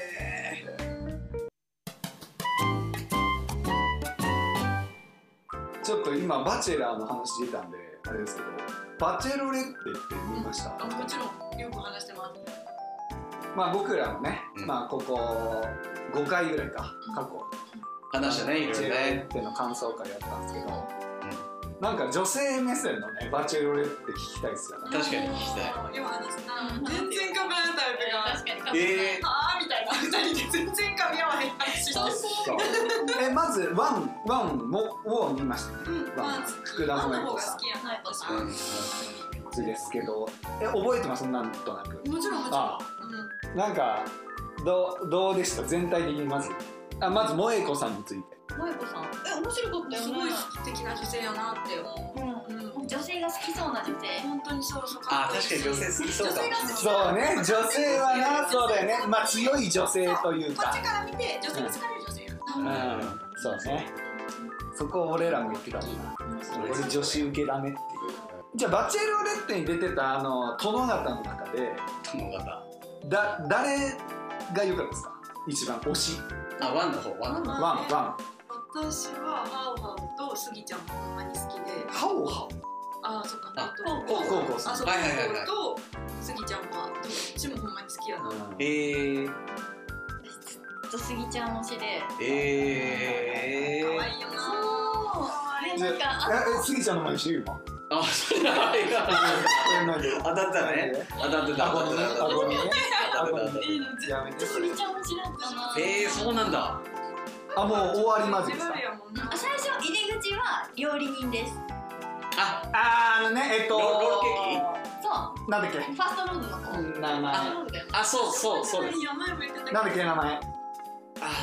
Speaker 2: ちょっと今バチェラーの話出たんであれですけどバチェロレッテって見ました、
Speaker 4: あもちろんよく話してます
Speaker 2: まあ僕らもね、
Speaker 3: うん
Speaker 2: まあここ5回ぐらいか過去
Speaker 3: 話したねい
Speaker 2: バ
Speaker 3: ろ
Speaker 2: チ
Speaker 3: い
Speaker 2: ェロ
Speaker 3: ろ
Speaker 2: レ
Speaker 3: ね
Speaker 2: ッテの感想会やったんですけど、なんか女性目線のねバチェロレッテ聞きたいですよね
Speaker 3: 確かに聞きたい
Speaker 4: たい今話したな全然かぶらないタイプが
Speaker 5: 確かにかっこいい
Speaker 3: え
Speaker 4: あーみたいな二人で全然噛み合わない話
Speaker 5: そう
Speaker 4: です。
Speaker 5: そう
Speaker 2: えまずワンワンもを見ましたね
Speaker 4: うん、
Speaker 2: ワ
Speaker 4: ま
Speaker 2: ン
Speaker 4: あ、
Speaker 2: 福田
Speaker 4: ワン
Speaker 2: 萌
Speaker 4: の方
Speaker 2: 子
Speaker 4: が
Speaker 2: さ
Speaker 4: 好
Speaker 2: ん
Speaker 4: きやないとさ。
Speaker 3: ーう
Speaker 4: も
Speaker 3: ん
Speaker 2: ですけどえ覚えてますなんとなく
Speaker 4: ちろん、もち
Speaker 2: あ
Speaker 4: ろん。うん、
Speaker 2: なんかどうどうでした全体的にまずあまず萌子さんについて
Speaker 5: 萌子さんえ面白かったよ
Speaker 4: す
Speaker 5: ね
Speaker 4: ごい素敵な女性やなって思う。うん、
Speaker 5: うん女性が好きそうな女性
Speaker 4: 本当にそうそう
Speaker 3: あ
Speaker 4: っこいい
Speaker 3: 確かに女性好きそうかも
Speaker 4: 女性が好き
Speaker 2: そうね女性はなそうだよねまあ強い女性という
Speaker 4: こっ
Speaker 2: か
Speaker 4: ちから見て、女性が好かれる女性や
Speaker 2: うん
Speaker 4: な。
Speaker 2: そうねそこ俺らも言ってたもんな俺女子受けだねっていうじゃあ「バチェロレッテ」に出てたあの殿方の中で
Speaker 3: 友方
Speaker 2: だ誰が良かったですか一番推し
Speaker 3: あワンの方ワンの方
Speaker 2: ワンワン
Speaker 4: 私はハオハオとスギちゃんもほんまに好きで、
Speaker 2: ハオハオ
Speaker 4: あーそっか、
Speaker 3: あ
Speaker 4: えっと
Speaker 2: こうこうこう
Speaker 4: あ、そう
Speaker 3: はいはいはいはい
Speaker 4: こうとスギちゃんはどっちもほんまに好きやな。
Speaker 3: えー、
Speaker 5: 私ずっとスギちゃん推しで
Speaker 3: えー、
Speaker 4: 可愛いよな。
Speaker 5: そうでなんかあ
Speaker 2: えスギちゃんの前にしてる今
Speaker 3: あそうだいや 当たったね当たってた
Speaker 2: あ
Speaker 3: 当
Speaker 2: ご
Speaker 3: た
Speaker 2: め
Speaker 3: っ
Speaker 2: ん
Speaker 3: て
Speaker 2: ね
Speaker 3: た
Speaker 2: あ
Speaker 3: 当
Speaker 2: ご
Speaker 3: たっ
Speaker 2: めんね
Speaker 3: てた当たってた
Speaker 4: いいの、
Speaker 2: やめて
Speaker 5: スギちゃん推しだったな
Speaker 3: えー、そうなんだ
Speaker 2: あもう終わりまでで
Speaker 4: 自
Speaker 2: すか
Speaker 4: 分やもんな
Speaker 5: あ。最初入り口は料理人です
Speaker 3: あ
Speaker 2: あーあのねえっと
Speaker 3: ロールケ
Speaker 5: そ
Speaker 2: なんだっ
Speaker 5: う
Speaker 2: け
Speaker 5: ファーストローズの子フ
Speaker 2: 名
Speaker 5: ァース
Speaker 2: 前
Speaker 5: トローズだよね
Speaker 3: あそうそうそうです
Speaker 4: 名前も言ってたけど
Speaker 2: なんだっけ名前
Speaker 3: あ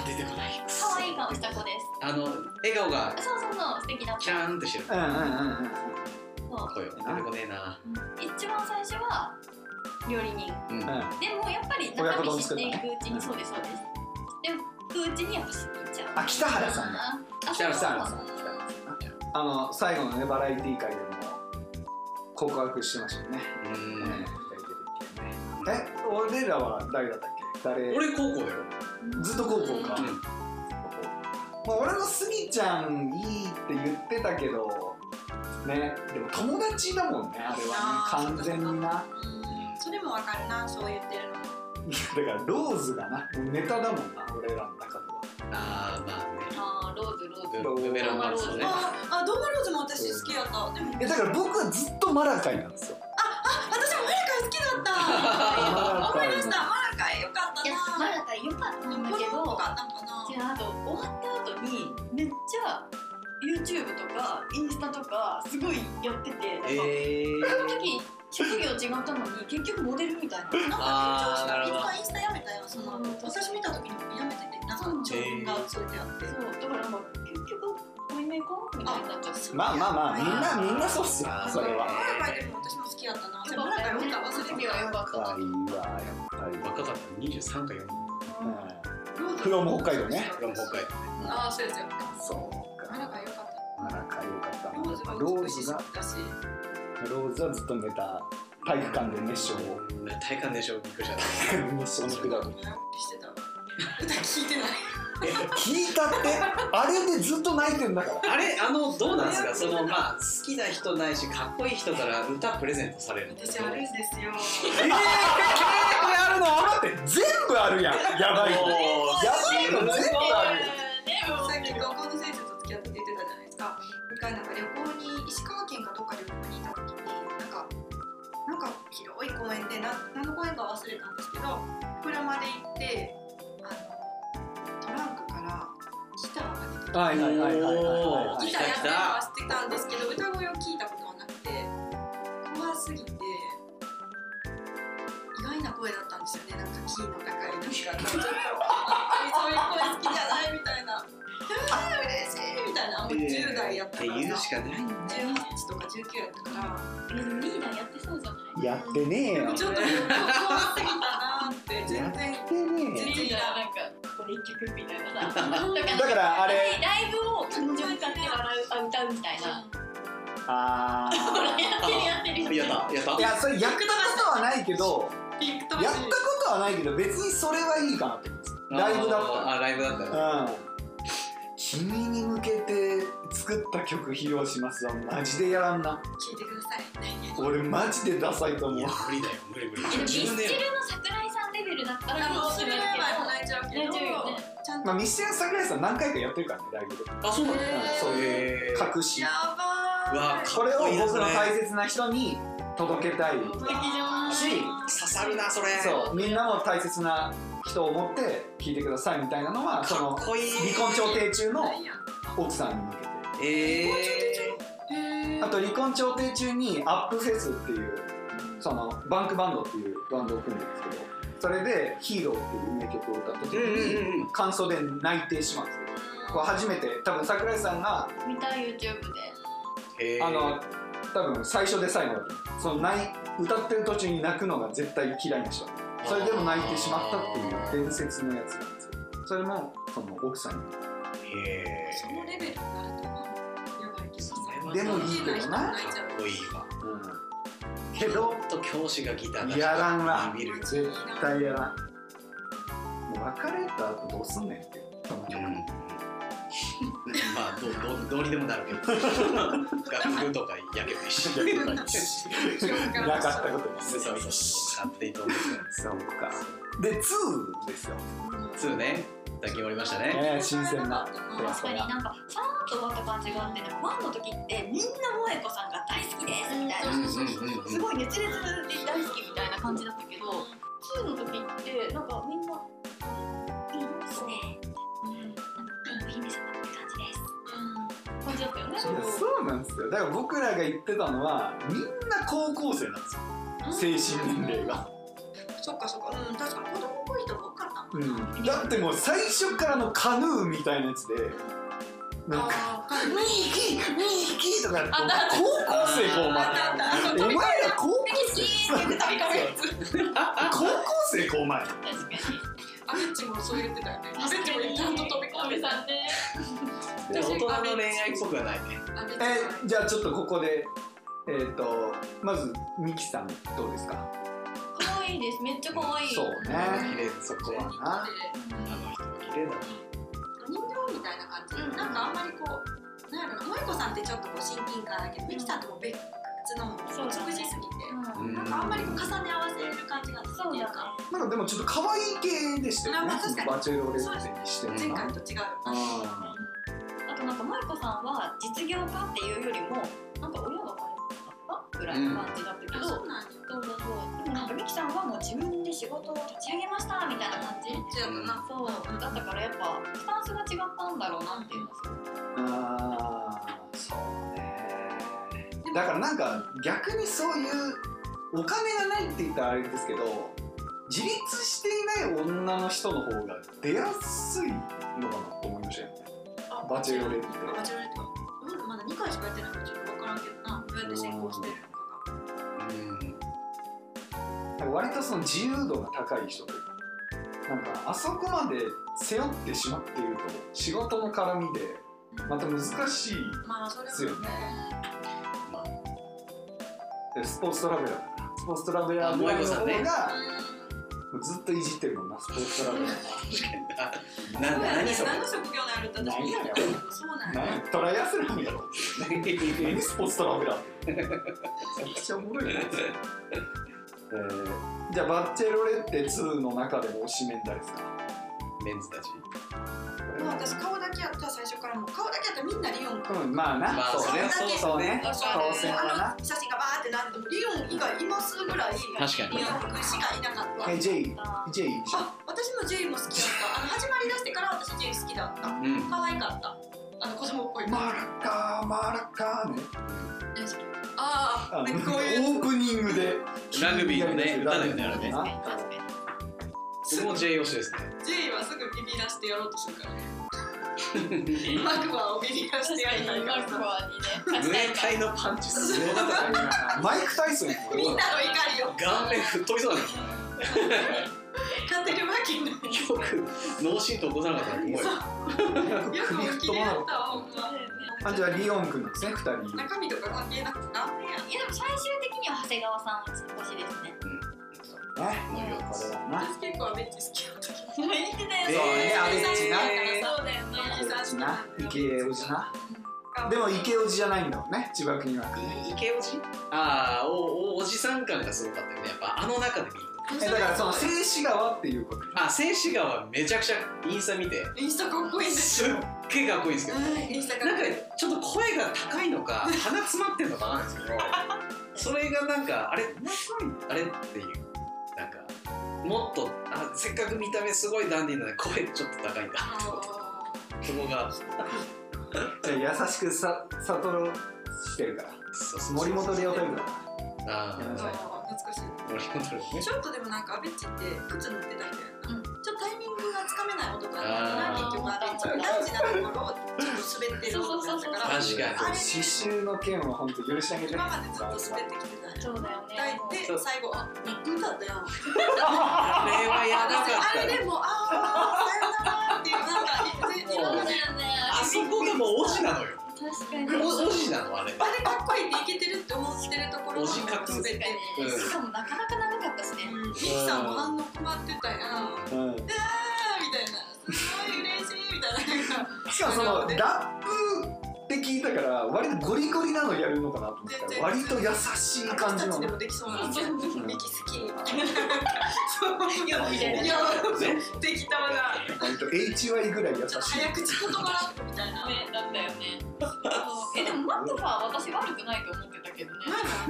Speaker 3: 出てこない
Speaker 5: 可愛い顔した子です
Speaker 3: あの笑顔が
Speaker 5: あそうそうそう素敵だっ
Speaker 3: キ
Speaker 5: た
Speaker 3: ャーンとしてる
Speaker 2: うんうんうんうん
Speaker 5: そう
Speaker 3: 声出てこねえな
Speaker 5: 一番最初は料理人
Speaker 3: うん
Speaker 2: うん
Speaker 5: でもやっぱり
Speaker 2: 親子
Speaker 5: 中
Speaker 2: 丼
Speaker 5: 身知
Speaker 2: 作
Speaker 5: っ
Speaker 2: る
Speaker 5: て
Speaker 2: の
Speaker 5: い
Speaker 2: ね
Speaker 5: くうちにそうですそうですでもうちにやっぱスギちゃん
Speaker 2: あ北原さんだ
Speaker 5: あ
Speaker 3: 北原
Speaker 2: 北原
Speaker 5: そ
Speaker 2: さ
Speaker 5: うんそう
Speaker 2: 北原さんあの最後のねバラエティー会でも告白してましたよね
Speaker 3: うん
Speaker 2: うん二人出てきてねえ俺らは誰だったっけ誰
Speaker 3: 俺高校だよ
Speaker 2: ずっと高校か
Speaker 3: うん
Speaker 2: まあ、俺もスギちゃんいいって言ってたけどねでも友達だもんねあれ
Speaker 4: あ
Speaker 2: は
Speaker 4: ー
Speaker 2: ね完全にな
Speaker 4: うんそれもわかるなそう言ってるのも
Speaker 2: だからローズがなもうネタだもんな俺らの中では
Speaker 3: あーまあね
Speaker 5: あーローズローズ
Speaker 3: ブブメランマンそうね
Speaker 4: ああドーマローズも私好きやったでも
Speaker 2: えだから僕はずっとマラカイなんですよ
Speaker 4: 私もマラカイ好きだった
Speaker 2: マ
Speaker 4: 思い出したマラカイよかっ
Speaker 5: いや
Speaker 4: た
Speaker 5: ま
Speaker 4: な
Speaker 5: だよかったんだ
Speaker 4: 子
Speaker 5: け
Speaker 4: 供
Speaker 5: ど
Speaker 4: がなんかな
Speaker 5: じゃああと終わった後にめっちゃ YouTube とかインスタとかすごいやってて、なんか
Speaker 3: え
Speaker 5: この時職業違ったのに結局モデルみたい
Speaker 4: なん
Speaker 5: な
Speaker 3: あーな
Speaker 4: か
Speaker 3: る
Speaker 4: 緊張し
Speaker 3: ほど
Speaker 4: た一回インスタやめたよその
Speaker 5: うん
Speaker 4: 私見た時にやめててなんか長文がついてあって
Speaker 5: そうだからもう結局おいめかみたいになっちゃって
Speaker 2: まあまあまあみんなみんなそうっすよ
Speaker 3: あー
Speaker 2: それは
Speaker 4: マラカイでも私も好きやったな
Speaker 5: よ
Speaker 4: マラ
Speaker 5: かった
Speaker 4: カイ
Speaker 5: よ
Speaker 4: 見
Speaker 5: ね
Speaker 4: た
Speaker 5: この
Speaker 4: 忘れ
Speaker 5: 時
Speaker 4: て
Speaker 5: はよ
Speaker 4: た
Speaker 5: かっ
Speaker 2: 若いわ
Speaker 5: た
Speaker 2: やっぱり、
Speaker 3: 若かった23か4
Speaker 2: う
Speaker 4: ローズ
Speaker 2: フロム北海道ね
Speaker 3: フロム北海道
Speaker 4: ああそうですよ
Speaker 2: ん、そう
Speaker 4: マラ
Speaker 2: か
Speaker 4: カイよかった
Speaker 3: う
Speaker 2: なか良かった
Speaker 4: ローズ
Speaker 2: な
Speaker 4: が
Speaker 2: ロー
Speaker 4: 美し
Speaker 2: ズ
Speaker 4: か
Speaker 2: が
Speaker 4: ったし
Speaker 2: ローズはずっと寝た体育館で熱唱を
Speaker 3: 体感でしょびっくりしちゃっ
Speaker 2: 熱唱のくだり
Speaker 4: してた普段聞いてない
Speaker 2: 聞いたってあれでずっと泣いてんだから
Speaker 3: たあれあのどうなんですかそのまあ好きな人ないしかっこいい人から歌プレゼントされるの
Speaker 4: 私あるんですよ
Speaker 2: えー、これあるのって全部あるやんやばい
Speaker 3: もう
Speaker 2: やばいの全部ある
Speaker 4: でもさっき学校の先生と付き合ってって言ってたじゃないですか一回なんか旅行に石川県かどっか旅行に行った時になんかなんか広い公園でな何の公園か忘れたんですけど車で行ってあのトランクからギターが出てきて、
Speaker 2: はいはいはいはいはい
Speaker 3: お
Speaker 2: は
Speaker 3: ー
Speaker 2: い
Speaker 4: ギターやってはしてたんですけど歌声を聞いたことはなくて怖すぎて意外な声だったんですよねなんかキーの高いなんかちょっとそういう声好きじゃないみたいなうわー嬉しいみたいなもう10代やった
Speaker 3: って
Speaker 4: から
Speaker 3: 言うし
Speaker 4: さ
Speaker 3: かないんだ
Speaker 4: 18とか19やったか
Speaker 5: リーダーやってそうじゃない
Speaker 2: やってねえ
Speaker 4: ら
Speaker 2: よ
Speaker 4: もうちょっと怖すぎたなーって
Speaker 2: や
Speaker 4: 全
Speaker 2: っ
Speaker 4: 然
Speaker 2: てねえよ
Speaker 4: 全然
Speaker 5: リーダーなんかここで一曲みたいなさだ
Speaker 2: からあれ
Speaker 5: ライブを感情使って笑うあ歌うみたいな
Speaker 2: あ
Speaker 5: やってるやってる
Speaker 3: やったやった
Speaker 2: ーいやそれやったことはないけど
Speaker 4: ピンクと
Speaker 2: やったことはないけど別にそれはいいかなって思うんですライブだったら
Speaker 3: あライブだったら
Speaker 2: 君に向けて作った曲披露しますはマジでやらんな
Speaker 4: 聞いてください
Speaker 2: 俺マジでダサいと思
Speaker 3: いうや無理だよ無理無理
Speaker 5: でもミスチル
Speaker 3: 自
Speaker 5: の
Speaker 3: 分で
Speaker 5: 桜井さんレベルだった
Speaker 4: あ
Speaker 5: ら
Speaker 4: もう
Speaker 5: す
Speaker 4: そ
Speaker 5: る
Speaker 4: れ
Speaker 5: け
Speaker 4: ぐ
Speaker 5: ど
Speaker 4: らい前も泣いちゃうけ
Speaker 5: 泣い
Speaker 4: ど
Speaker 5: ちゃうよね
Speaker 4: ちゃんと
Speaker 2: まあミスチル桜井さん何回かやってるからねライブで
Speaker 3: あそうなんだ
Speaker 2: そういう隠し
Speaker 4: やばーいう
Speaker 3: わ
Speaker 2: これを僕の大切な人に届けたい
Speaker 4: 素
Speaker 5: 敵じゃない
Speaker 3: 刺さるなそれ
Speaker 2: そうみんなも大切な人を思って聴いてくださいみたいなのはそ
Speaker 3: か
Speaker 2: の
Speaker 3: っこいい
Speaker 2: 離婚調停中の
Speaker 4: や
Speaker 2: 奥さんに向けて
Speaker 3: え
Speaker 4: へー
Speaker 2: あと離婚調停中にアップフェスっていうそのバンクバンドっていうバンドを組んでるんですけどそれで「ヒーローっていう名曲を歌った時
Speaker 3: ーうん
Speaker 2: に
Speaker 3: うんうん
Speaker 2: 感想で泣いてしまうんですよこれ初めて多分桜井さんが
Speaker 5: 見た YouTube で
Speaker 3: へー
Speaker 2: あの多分最初で最後だと思うその泣い歌ってる途中に泣くのが絶対嫌いな人それでも泣いてしまったっていう伝説のやつなんですよそれもその奥さんに
Speaker 3: へー
Speaker 4: そのレベルになるとなやばいけどさ
Speaker 2: でもいいけどな
Speaker 3: かっこいいわ
Speaker 2: うんけど
Speaker 3: ちょっと教師がギター出して
Speaker 2: やらんわ
Speaker 3: ビビる
Speaker 2: 絶対やらんもう別れた後どうすんねんってその
Speaker 3: う
Speaker 2: 曲
Speaker 3: んまあどうどうどうにでもなるけど楽譜とか焼けばいい し
Speaker 2: やけばいいしなかったことにす
Speaker 3: そう
Speaker 2: る
Speaker 3: そうそう勝手に飛んでくる
Speaker 2: そうかで2ですよ
Speaker 3: 2ねさっき終わりましたね
Speaker 2: ね新鮮な
Speaker 4: うん
Speaker 2: プレ
Speaker 5: 確
Speaker 2: ス
Speaker 5: かに
Speaker 2: が
Speaker 5: なんかファンと終わった感じがあってなんかファンの時ってみんな萌子さんが大好きですみたいな、
Speaker 3: うん
Speaker 5: すごい熱烈で大好きみたいな感じだったけど2の時ってなんかみんないいですねなんかピンク姫様って感じです感じだったよね
Speaker 2: いやそうなんですよだから僕らが言ってたのはみんな高校生なんですよ精神年齢が、
Speaker 4: そっかそっかうん確かに子供っぽい人が多かったもん
Speaker 2: うん、だってもう最初からのカヌーみたいなやつでなんか
Speaker 4: あー
Speaker 2: 「ミーキーミーキー」とかやって
Speaker 5: あった
Speaker 2: 高校生かお
Speaker 4: あったあったあ
Speaker 2: 前
Speaker 4: そう
Speaker 2: お前ら高校
Speaker 4: ミキシーって言ってた
Speaker 2: 高校生かお前
Speaker 5: 確かに
Speaker 4: アベッチもそう言ってたよねアベッチもちゃんと飛び込んでた
Speaker 5: さんね
Speaker 3: でも大人の恋愛っぽくはないね
Speaker 4: アベッチ
Speaker 2: えじゃあちょっとここでえっ、とまずミキさんどうですか
Speaker 5: 可愛いですめっちゃ可愛い
Speaker 2: そうね
Speaker 3: 綺麗そこは
Speaker 2: な
Speaker 3: あの人は綺麗だな
Speaker 4: 人形みたいな感じなんかあんまりこうなんやろな萌子さんってちょっとこう親近感だけどミキさんとも別のも
Speaker 5: そう
Speaker 4: 美
Speaker 5: だね
Speaker 4: しすぎて
Speaker 5: うん
Speaker 4: なんかあんまりこう重ね合わせる感じが
Speaker 5: そ
Speaker 4: って
Speaker 5: う
Speaker 4: いう
Speaker 5: だ
Speaker 4: か
Speaker 5: か
Speaker 2: なんかでもちょっと可愛い系でしたよね
Speaker 4: あ確かに
Speaker 2: バチェロレッテにしても
Speaker 4: 前回と違う
Speaker 2: あ
Speaker 5: あとなんか萌子さんは実業家っていうよりもなんか親が金持ちだったぐらいの感じだったけど、
Speaker 4: あそうなんや
Speaker 5: そうそうそうでもなんかミキさんはもう自分で仕事を立ち上げましたみたいな感じ
Speaker 4: そうやったな
Speaker 5: そうだったからやっぱスタンスが違ったんだろうなっていうのはすごい
Speaker 2: ーあーそうね
Speaker 4: でも
Speaker 2: だからなんか逆にそういうお金がないって言ったらあれですけど自立していない女の人の方が出やすいのかなと思いましたよね
Speaker 4: あ
Speaker 2: バチェロレッテ
Speaker 4: バチェロレッテはうんまだ2回しかやってないからちょっと分からんけどなどうやって先行してるのかが
Speaker 3: うん
Speaker 2: 割とその自由度が高い人というかなんかあそこまで背負ってしまっていると仕事の絡みでまた難しい
Speaker 4: まあそれ
Speaker 2: ですよ
Speaker 4: も
Speaker 2: ね
Speaker 4: ね
Speaker 2: でスポーツトラベラーだからスポーツトラベラー
Speaker 3: あ
Speaker 2: ぐ
Speaker 3: 萌
Speaker 2: らい
Speaker 3: 子
Speaker 2: の
Speaker 3: さ
Speaker 2: 方
Speaker 3: んね
Speaker 2: が
Speaker 4: う
Speaker 2: ずっといじってるもんなスポーツトラベラ
Speaker 3: 確かにな。
Speaker 4: ん
Speaker 3: な、何それ
Speaker 4: 何の職業になるんだって
Speaker 2: 何やねん
Speaker 4: そうなん
Speaker 2: ー
Speaker 4: や
Speaker 2: なんやトライアスロンやろ何スポーツトラベラーってめちゃくちゃおもろいな、えーじゃあバッチェロレッテ2の中でも推しメン誰ですか
Speaker 3: メンズたち。
Speaker 4: もう私顔だけやったら最初からもう顔だけやったらみんなリオンか
Speaker 2: うんまあな、
Speaker 3: まあ
Speaker 2: そうね
Speaker 4: そうね
Speaker 2: そうね
Speaker 4: あ
Speaker 2: 当選はな
Speaker 4: の写真がバーってなってもリオン以外いますぐらいリ
Speaker 3: 確か
Speaker 4: オン君しかいなかった
Speaker 2: え J
Speaker 5: あ
Speaker 2: J いいじゃん
Speaker 4: あ私も J も好きだったあの始まりだしてから私 J 好きだった
Speaker 3: に。うん。
Speaker 4: 可愛かったあの子供っぽい
Speaker 2: マラッカーマラッカーね
Speaker 4: ああ
Speaker 2: あの
Speaker 4: なんかこういう
Speaker 2: オープニングで
Speaker 3: ラグビーのね歌だよねあれね
Speaker 5: 確かに確かに
Speaker 3: それも J 推しですね。
Speaker 4: J はすぐビビらしてやろうとするから
Speaker 3: いい
Speaker 4: マクワをビビらしてやりたいか
Speaker 5: マ
Speaker 4: ら
Speaker 5: ルコ
Speaker 4: さ
Speaker 5: ア
Speaker 3: ム
Speaker 5: にね確か
Speaker 3: エ
Speaker 5: に
Speaker 3: タイのパンチすごかった。
Speaker 2: マイク・タイソンやん
Speaker 4: みんなの怒りを
Speaker 3: 顔面吹っ飛びそうだった。
Speaker 4: 勝てるわけない
Speaker 3: よく脳震盪起こさなかったと思うよ。
Speaker 4: よくおきれだったわほんま
Speaker 2: あじゃあリオン君ですね2人
Speaker 4: 中身とか関係なくてなんでや
Speaker 5: いやでも最終的には長谷川さん推しですね
Speaker 2: ね
Speaker 3: もうよ
Speaker 2: これはな
Speaker 4: 私結構アベッチ好きだったけど
Speaker 5: そうね
Speaker 2: ねアベッチな
Speaker 5: そうだよね
Speaker 4: アベッチ
Speaker 2: な
Speaker 4: な
Speaker 2: 池おじなでも池おじじゃないんだもんね千葉君は
Speaker 3: イケオジああおおおじさん感がすごかったよねやっぱあの中で見る
Speaker 2: えだからその静止川っていうこと
Speaker 3: あ静止画はめちゃくちゃインスタ見て
Speaker 4: インスタかっこいいんで
Speaker 3: す
Speaker 4: す
Speaker 3: っ
Speaker 4: よ
Speaker 3: げえかっこいいんですけど、
Speaker 4: うんインスタか
Speaker 3: な
Speaker 4: っ
Speaker 3: ん
Speaker 4: こ
Speaker 3: か
Speaker 4: いい
Speaker 3: ちょっと声が高いのか鼻詰まってんのかなんですけどそ れがなんかあれあれっていうなんかもっとあせっかく見た目すごいダンディーなのに声ちょっと高いん だ
Speaker 4: あ
Speaker 3: そこが
Speaker 2: じゃあ優しくさ悟してるから
Speaker 3: そうそう
Speaker 2: 森本レオタイプだかや
Speaker 3: あ
Speaker 2: めな
Speaker 4: ー
Speaker 2: さい
Speaker 4: あー懐かしい
Speaker 3: あ森本レオね
Speaker 4: ちょっとでもなんかアベッチって靴塗ってたみたいな、ちょっとタイミングがつかめない男だった
Speaker 3: あー
Speaker 4: な結局アベッチ大事なところをちょっと滑ってる男だったか
Speaker 3: 確
Speaker 4: ら
Speaker 3: かに
Speaker 2: ら刺繍の件は本当許してあげて
Speaker 4: 今までずっと滑ってきてたよ
Speaker 5: そうだよね
Speaker 4: で最後あっだったやん
Speaker 3: あれはやばか
Speaker 4: あ
Speaker 3: った
Speaker 4: れ
Speaker 3: ね
Speaker 4: でもああさよならっていうなんか
Speaker 5: そうだよね
Speaker 3: あそこがもうオジなの よ
Speaker 5: 確かに
Speaker 3: おオジなのあれ
Speaker 4: あれかっこいいっていけてるって思ってるところ
Speaker 3: おじかく
Speaker 4: 滑って
Speaker 3: うん
Speaker 5: しかもなかなか長かったしね
Speaker 4: うんミキさんも反応困ってたやんあー
Speaker 2: うん
Speaker 4: みたいなすごい嬉しいみたいななんか
Speaker 2: しかもそのラップって聞いたから割とゴリゴリなのやるのかなと思ったら割と優しい感じ
Speaker 4: 私
Speaker 2: の
Speaker 4: たちで
Speaker 2: ね
Speaker 4: もできそうなんですよ
Speaker 2: ん
Speaker 4: ミキ好 きみたいなそう
Speaker 5: よみたいな
Speaker 4: よ
Speaker 3: ね
Speaker 4: 適当な
Speaker 2: 割と HY ぐらい優し
Speaker 4: ちょっと
Speaker 2: い
Speaker 4: 早口言葉みたいな
Speaker 5: ねだったよねえでもマックファー私悪くないと思ってたけどね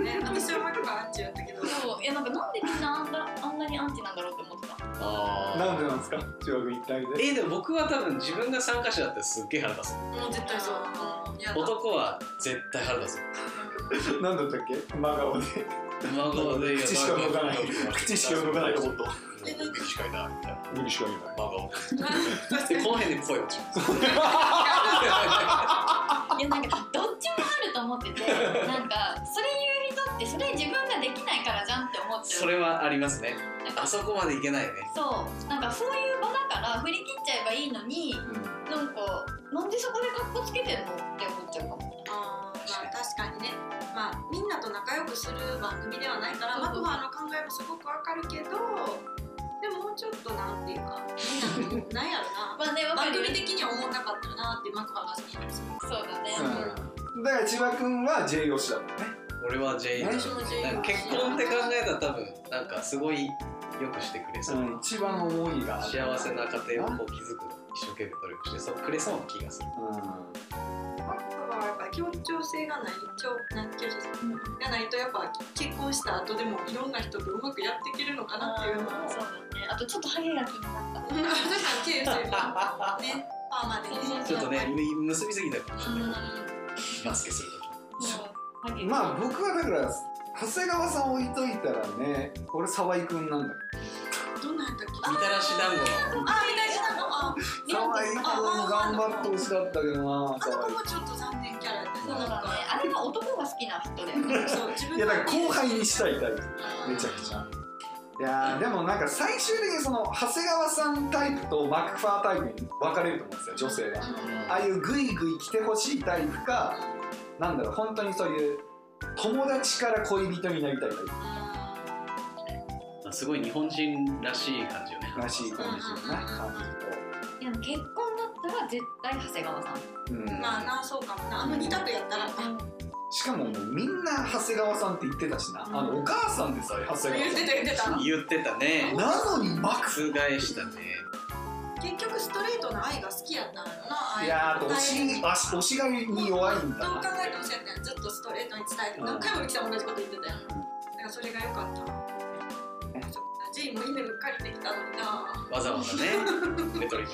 Speaker 4: 前はね私はマクがアンチやったけど
Speaker 5: そういやなんかなんでみんなあんなあんなにアンチなんだろうって思ってた
Speaker 3: あ
Speaker 2: なんでなんですか中学行ってあげて
Speaker 3: えーでも僕は多分自分が参加者だったらすっげえ腹立つ
Speaker 4: もう絶対そううんやだ
Speaker 3: 男は絶対腹立
Speaker 2: 何だったっけ真顔で
Speaker 3: つ孫で
Speaker 2: 口しか動かない口しか動かないロボット
Speaker 3: 口しかいないみたいな
Speaker 2: 無理しか言え
Speaker 3: 孫
Speaker 4: 確か
Speaker 3: で
Speaker 4: に
Speaker 3: この辺で声落ちます
Speaker 5: いやなんかどっちもあると思っててなんかそれ有利とってそれ自分ができないからじゃんって思っちゃう
Speaker 3: それはありますね
Speaker 5: なんか
Speaker 3: あそこまでいけないよね
Speaker 5: そうなんかそういう場だから振り切っちゃえばいいのになんかなんでそこで格好つけてんのって思っちゃうかも
Speaker 4: あーまあ確かにね、まあ、みんなと仲良くする番組ではないから
Speaker 5: そ
Speaker 4: マ
Speaker 5: うそ
Speaker 4: ク
Speaker 5: う
Speaker 4: ファーの考えもすごくわかるけどでももうちょっとなんていうかみんなのなんやろ
Speaker 5: まあねわ
Speaker 4: な
Speaker 5: か
Speaker 4: 番
Speaker 5: る
Speaker 4: 組的には思わなかったよなってマクファーが好きなんですよ
Speaker 5: そうだね、
Speaker 2: うんだから千葉君は J 推しだったね
Speaker 3: 俺は J だ
Speaker 4: 私も J
Speaker 3: なんか結婚って考えたら多分なんかすごいよくしてくれそう、
Speaker 2: うん一番思いが
Speaker 3: 幸せな家庭をこう築くの一生懸命努力してそうくれそうな気がする
Speaker 2: う
Speaker 4: マクファーはやっぱ協調性がない調なん協調性がないとやっぱ結婚した後でもいろんな人とうまくやっていけるのかなっていうのを
Speaker 5: あーそうだねあとちょっとハゲが気になっ
Speaker 4: うん確かに経由性が ねパーマでね
Speaker 3: ちょっとねみ結びすぎたかもし
Speaker 4: うん
Speaker 3: れ
Speaker 4: う
Speaker 3: ない
Speaker 4: ん
Speaker 3: バスケすると
Speaker 5: たハゲ
Speaker 2: んまあ僕はだから長谷川さん置いといたらね俺沢井君なんだ
Speaker 4: どんなんやったっけ
Speaker 3: きみたらし団子の
Speaker 4: あみたいなのあ
Speaker 2: けど沢井君も頑張ってほしかったけどな
Speaker 4: あの
Speaker 2: 沢
Speaker 4: 子
Speaker 2: 井
Speaker 4: もちょっと残念キャラやった
Speaker 5: そう
Speaker 4: な
Speaker 5: だ
Speaker 4: ん
Speaker 5: ね
Speaker 4: か
Speaker 5: あれは男が好きな人だよね
Speaker 4: そう自分
Speaker 2: いやだから後輩に
Speaker 4: し
Speaker 2: したいタイプめちゃくちゃいやーでもなんか最終的にその長谷川さんタイプとマクファータイプに分かれると思うんですよ女性はああいうグイグイ来てほしいタイプかなんだろう本当にそういう友達から恋人になりたいタイ
Speaker 3: あすごい日本人らしい感じよね
Speaker 2: プらしい感じですよね感
Speaker 5: でも結婚だったら絶対長谷川さん
Speaker 2: じと、うん、
Speaker 4: まあなそうかもなあの2択やったらあ
Speaker 2: しかももうみんな長谷川さんって言ってたしな、あのお母さんでさえ長谷
Speaker 4: 言ってた言ってた
Speaker 3: 言ってたね
Speaker 2: 川さんなのにマク
Speaker 3: 覆したね
Speaker 4: 結局ストレートな愛が好きやったんやろなああ
Speaker 2: いうやーあと推
Speaker 4: 大変
Speaker 2: しあ推しがりに弱いんだ
Speaker 4: どう
Speaker 2: な
Speaker 4: 考えてもそうやったんやずっとストレートに伝えて
Speaker 2: うん
Speaker 4: 何回も来た同じこと言ってたやんだからそれが良かったそっかジェイもイメル借りてきたのにな
Speaker 3: わざわざねレトリバ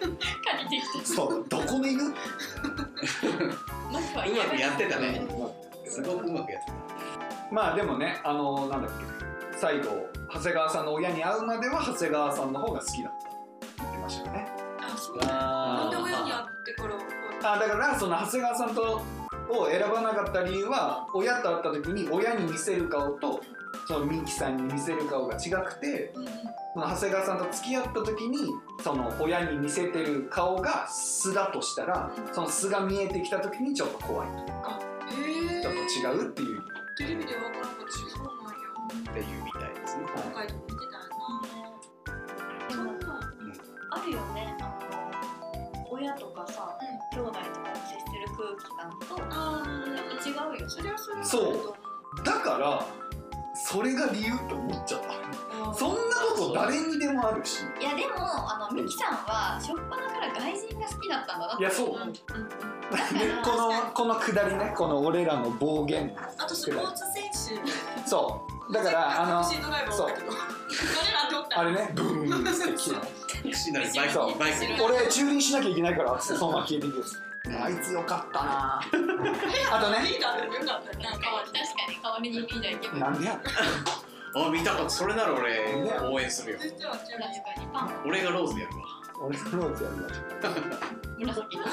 Speaker 5: 借りてき
Speaker 2: そうどこの犬
Speaker 5: たマジは
Speaker 3: ーうまくやってたねす
Speaker 2: す
Speaker 3: ごくうまくやって
Speaker 2: まあでもねあのなんだっけ最後長谷川さんの親に会うまでは長谷川さんの方が好きだったって言ってましたよね
Speaker 4: あそう
Speaker 3: た
Speaker 4: な
Speaker 3: わ
Speaker 4: んで
Speaker 3: ー
Speaker 4: 親に会ってからこう
Speaker 2: あだからその長谷川さんとを選ばなかった理由は親と会った時に親に見せる顔とそのミキさんに見せる顔が違くて
Speaker 4: うんうん
Speaker 2: その長谷川さんと付き合った時にその親に見せてる顔が素だとしたらその素が見えてきた時にちょっと怖い
Speaker 4: へえ
Speaker 2: ちょっと違うっていう
Speaker 4: テレビで分からんことしそうなんや
Speaker 3: っていうみたいですね
Speaker 4: 若いとこ見てたよなそんなん
Speaker 5: でもあるよねあの親とかさ、兄弟とかに接する空気感と
Speaker 4: あー
Speaker 5: やっぱ違うよね
Speaker 4: それはそれは
Speaker 2: そうだからそれが理由って思っちゃった
Speaker 4: あー
Speaker 2: そんなこと誰にでもあるし
Speaker 5: いやでもあのミキさんは初っ端から外人が好きだったんだなって
Speaker 2: いやそう
Speaker 4: うんうんうん
Speaker 2: でこのこの下りねこの俺らの暴言
Speaker 4: あとスポーツ選手
Speaker 2: そうだからあの
Speaker 4: シートライブをったけど誰なんておった
Speaker 2: あれねブーンって来て
Speaker 3: しなりバイク
Speaker 2: そう
Speaker 3: バイク
Speaker 2: 俺駐輪しなきゃいけないからっつってそのまま消えていくやつあいつよかったな あとね
Speaker 4: リーダーでもよかったよ
Speaker 5: な
Speaker 4: なんん
Speaker 5: か
Speaker 4: か
Speaker 5: 確かに代わりにリーダーいけば
Speaker 2: なんでや
Speaker 3: あ見たかったそれなら俺応援するよ
Speaker 4: 実は中学
Speaker 5: 確かにパン
Speaker 3: 俺がローズでやるわ
Speaker 2: 俺のローズやるわ
Speaker 5: 紫だっ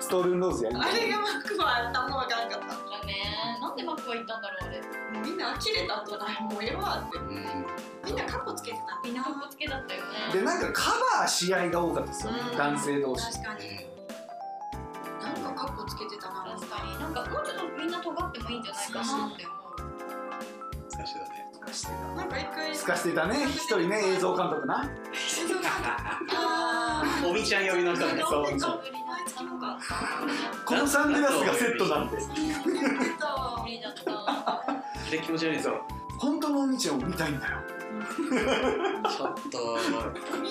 Speaker 2: ストールンローズやるわ
Speaker 4: あれがマックは何もわからんかった
Speaker 5: たねなんでマックが行ったんだろうあれ
Speaker 4: もうみんな呆れたとないもうええわって
Speaker 3: うん
Speaker 4: みんなカッコつけてた
Speaker 5: みんなかっこつけだったよ
Speaker 2: で
Speaker 5: ね
Speaker 2: なんかカバーし合いが多かったですよね
Speaker 4: うん
Speaker 2: 男性同士
Speaker 4: 確かになんかカッコつけてたな
Speaker 5: 確かになんかもうちょっとみんな尖ってもいいんじゃないかなって思
Speaker 3: 難しいだね
Speaker 2: すかしてた
Speaker 4: なんか一回
Speaker 2: すかしてたね一人ね映像監督な
Speaker 4: あー
Speaker 3: おみちゃん呼びの人ね
Speaker 2: そう
Speaker 4: なんか
Speaker 5: う
Speaker 4: 思いつきもか
Speaker 2: このサングラスがセットなんで
Speaker 5: 無理だった
Speaker 3: で気持ち悪いん ですよ
Speaker 2: 本当のお兄ちゃんを見たいんだよ
Speaker 3: ちょっと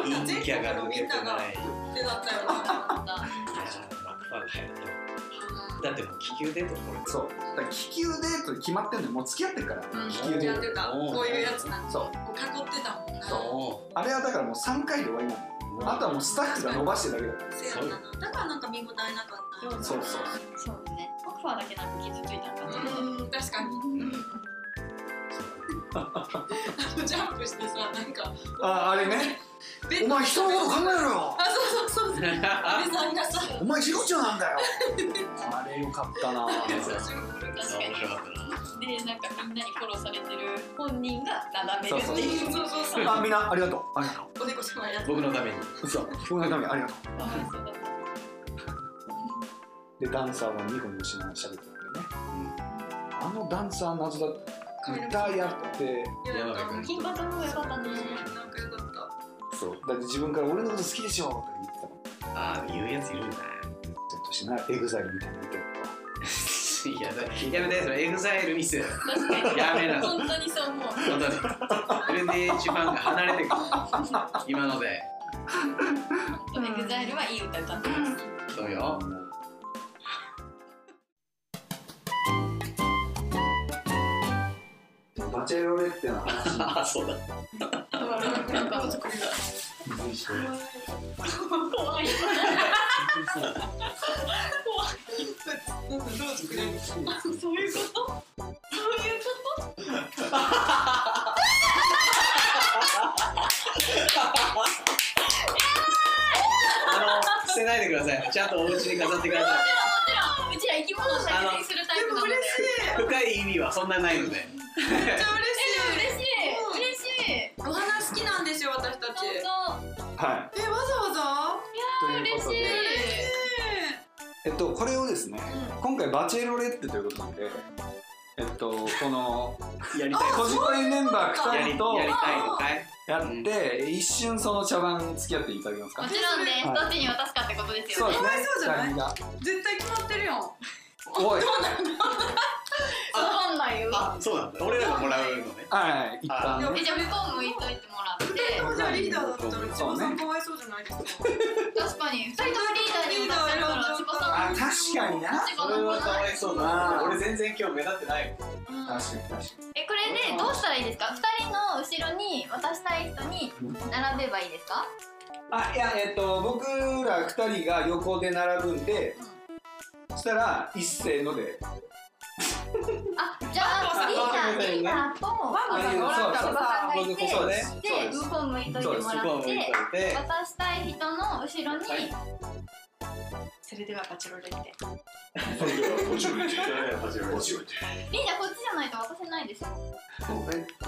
Speaker 4: みんな
Speaker 3: 陰
Speaker 4: 全
Speaker 3: キャ
Speaker 4: 国
Speaker 3: が
Speaker 4: の
Speaker 3: 抜
Speaker 4: み
Speaker 3: け
Speaker 4: ん
Speaker 3: て
Speaker 4: なが
Speaker 3: ない
Speaker 4: 手だったよな
Speaker 3: だってもう気球デートこれ
Speaker 2: そうだから気球デートで決まってんのよもう付き合ってるから
Speaker 4: うん
Speaker 2: 気球デ
Speaker 4: や
Speaker 2: ート
Speaker 4: ってたこういうやつなん
Speaker 2: そう
Speaker 4: もう囲ってたもんな
Speaker 3: そ
Speaker 2: あれはだからもう3回で終わりなの
Speaker 3: う
Speaker 2: あとはもうスタッフが伸ばしてるだけだか
Speaker 4: せやったなだからなんか見応えなかった
Speaker 2: らそうそう
Speaker 5: そうねマクファーだけなんか傷ついたのかな
Speaker 4: うん確かにあのジャンプしてさなんか
Speaker 2: ああれねお
Speaker 4: ベッド
Speaker 2: 前人のこと考えろ よ
Speaker 4: あそうそうそう 安倍さんがさ
Speaker 2: お前ヒロちゃんなんだよあれよかったな
Speaker 4: 久しぶりに
Speaker 5: 確か
Speaker 3: 面白かったな
Speaker 5: にでなんかみんなにフォローされてる本人が斜めるっていう
Speaker 4: そうそうそ う
Speaker 2: あみんなありがとうありがと
Speaker 4: おでこしまいやつ
Speaker 3: 僕のために
Speaker 2: うそう僕のためにありがと
Speaker 5: そうだった
Speaker 2: うでダンサーは2分失いしゃべってるんだよねあのダンサー謎だった歌やって
Speaker 4: やなんか
Speaker 5: 金髪の方が良かったね
Speaker 4: なんかよかっ
Speaker 2: そうだって自分から俺のこと好きでしょって言ってたもん
Speaker 3: ああ言うやついるんだ
Speaker 2: ちょっとしなエグザイルみたいな歌
Speaker 3: いやだやめてそれエグザイル見せる
Speaker 5: 確かに
Speaker 3: やめな
Speaker 5: 本当にそう思う
Speaker 3: 本当にそれで一番離れてくる今ので
Speaker 5: エグザイルはいい歌歌ってます
Speaker 3: そうよ
Speaker 2: バチェロレッテの話
Speaker 3: ああそうだ
Speaker 5: なんか
Speaker 4: たど
Speaker 5: 怖い
Speaker 4: うぞどうぞくれる
Speaker 5: そういうことそういうこ
Speaker 3: あの捨てないでくださいちゃんとお家に飾ってください
Speaker 5: とうちら生き物を大切にするタイプなので
Speaker 3: 深
Speaker 4: 嬉しい
Speaker 3: い意味はそんなないので
Speaker 4: めっちゃ嬉しい
Speaker 5: 嬉しい
Speaker 2: はい
Speaker 4: えわざわざ
Speaker 2: ということ
Speaker 5: 嬉しい
Speaker 2: でえっとこれをですね今回バチェロレッテということなんでえっとこの
Speaker 3: やりたい
Speaker 2: こじこいメンバー
Speaker 4: あ
Speaker 3: や
Speaker 2: 2
Speaker 3: り
Speaker 2: 人
Speaker 3: や
Speaker 2: と
Speaker 3: りたいのかい
Speaker 2: やって一瞬その茶番に付き合っていただけます
Speaker 5: も
Speaker 2: か
Speaker 5: ちろんです、
Speaker 2: はい
Speaker 5: どっちに渡すかってことです
Speaker 2: そ
Speaker 5: よ
Speaker 2: うですね
Speaker 4: か
Speaker 5: ね
Speaker 4: わいそうじゃない
Speaker 2: 二人が
Speaker 4: 絶対決まってるやん
Speaker 2: おい
Speaker 5: わかんないよ
Speaker 3: あそうなんだ俺らがもらうのね
Speaker 2: はい一旦
Speaker 4: あ
Speaker 2: ね
Speaker 5: えじゃあ向こう向いといてもらって
Speaker 4: 二人ともじゃあリーダーだったら千葉さんかわいそうじゃないですか
Speaker 5: 確かに二人ともリーダーに渡したから千葉さん
Speaker 2: あ確かにな
Speaker 5: 千葉
Speaker 3: そ
Speaker 5: の
Speaker 3: れ
Speaker 5: 方
Speaker 3: はか
Speaker 5: が
Speaker 3: わいそうだな俺全然今日目立ってない
Speaker 4: うん
Speaker 2: 確かに確かに
Speaker 5: えこれでどうしたらいいですか二人の後ろに渡したい人に並べばいいですか
Speaker 2: あいやえっと僕ら2人が横で並ぶんで、そしたら一斉ので
Speaker 5: あじゃあリーダーリーダーと
Speaker 4: あ
Speaker 2: いいよ
Speaker 4: わかった
Speaker 2: そう
Speaker 5: 千葉さんがい
Speaker 2: 僕
Speaker 5: て
Speaker 2: そうですそう
Speaker 5: で
Speaker 2: です
Speaker 5: 向こう向いといても
Speaker 3: そこ
Speaker 5: ら
Speaker 3: を
Speaker 5: っ
Speaker 3: 向いとい
Speaker 5: て
Speaker 3: て
Speaker 5: 渡したい人の後ろに
Speaker 3: はい
Speaker 4: それではバチェロレッテ
Speaker 1: それではこちらへこちらへ
Speaker 5: リーダーこっちじゃないと渡せないですよ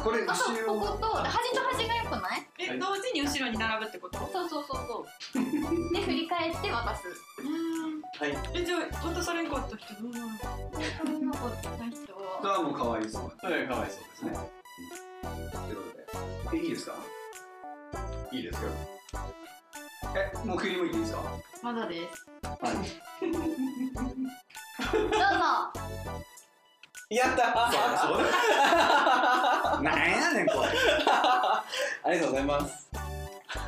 Speaker 2: これ後
Speaker 5: あそうこ
Speaker 2: ろ
Speaker 5: ことで端と端がよくない
Speaker 4: え同時に後ろに並ぶってこと
Speaker 5: そうそうそうそうで振り返って渡す
Speaker 4: うん
Speaker 3: はい
Speaker 4: えじゃあ渡されんかった人どうなるの
Speaker 5: 本当に残った人は
Speaker 2: はもうかわいそう
Speaker 3: それはかわいそうですね
Speaker 2: ということで
Speaker 1: えいいですかいいですよ
Speaker 2: えもう切り向いていいですか
Speaker 5: まだです
Speaker 2: はい
Speaker 5: どうぞ
Speaker 3: やったー
Speaker 2: そうだなんやねんこれ
Speaker 3: ありがとうございます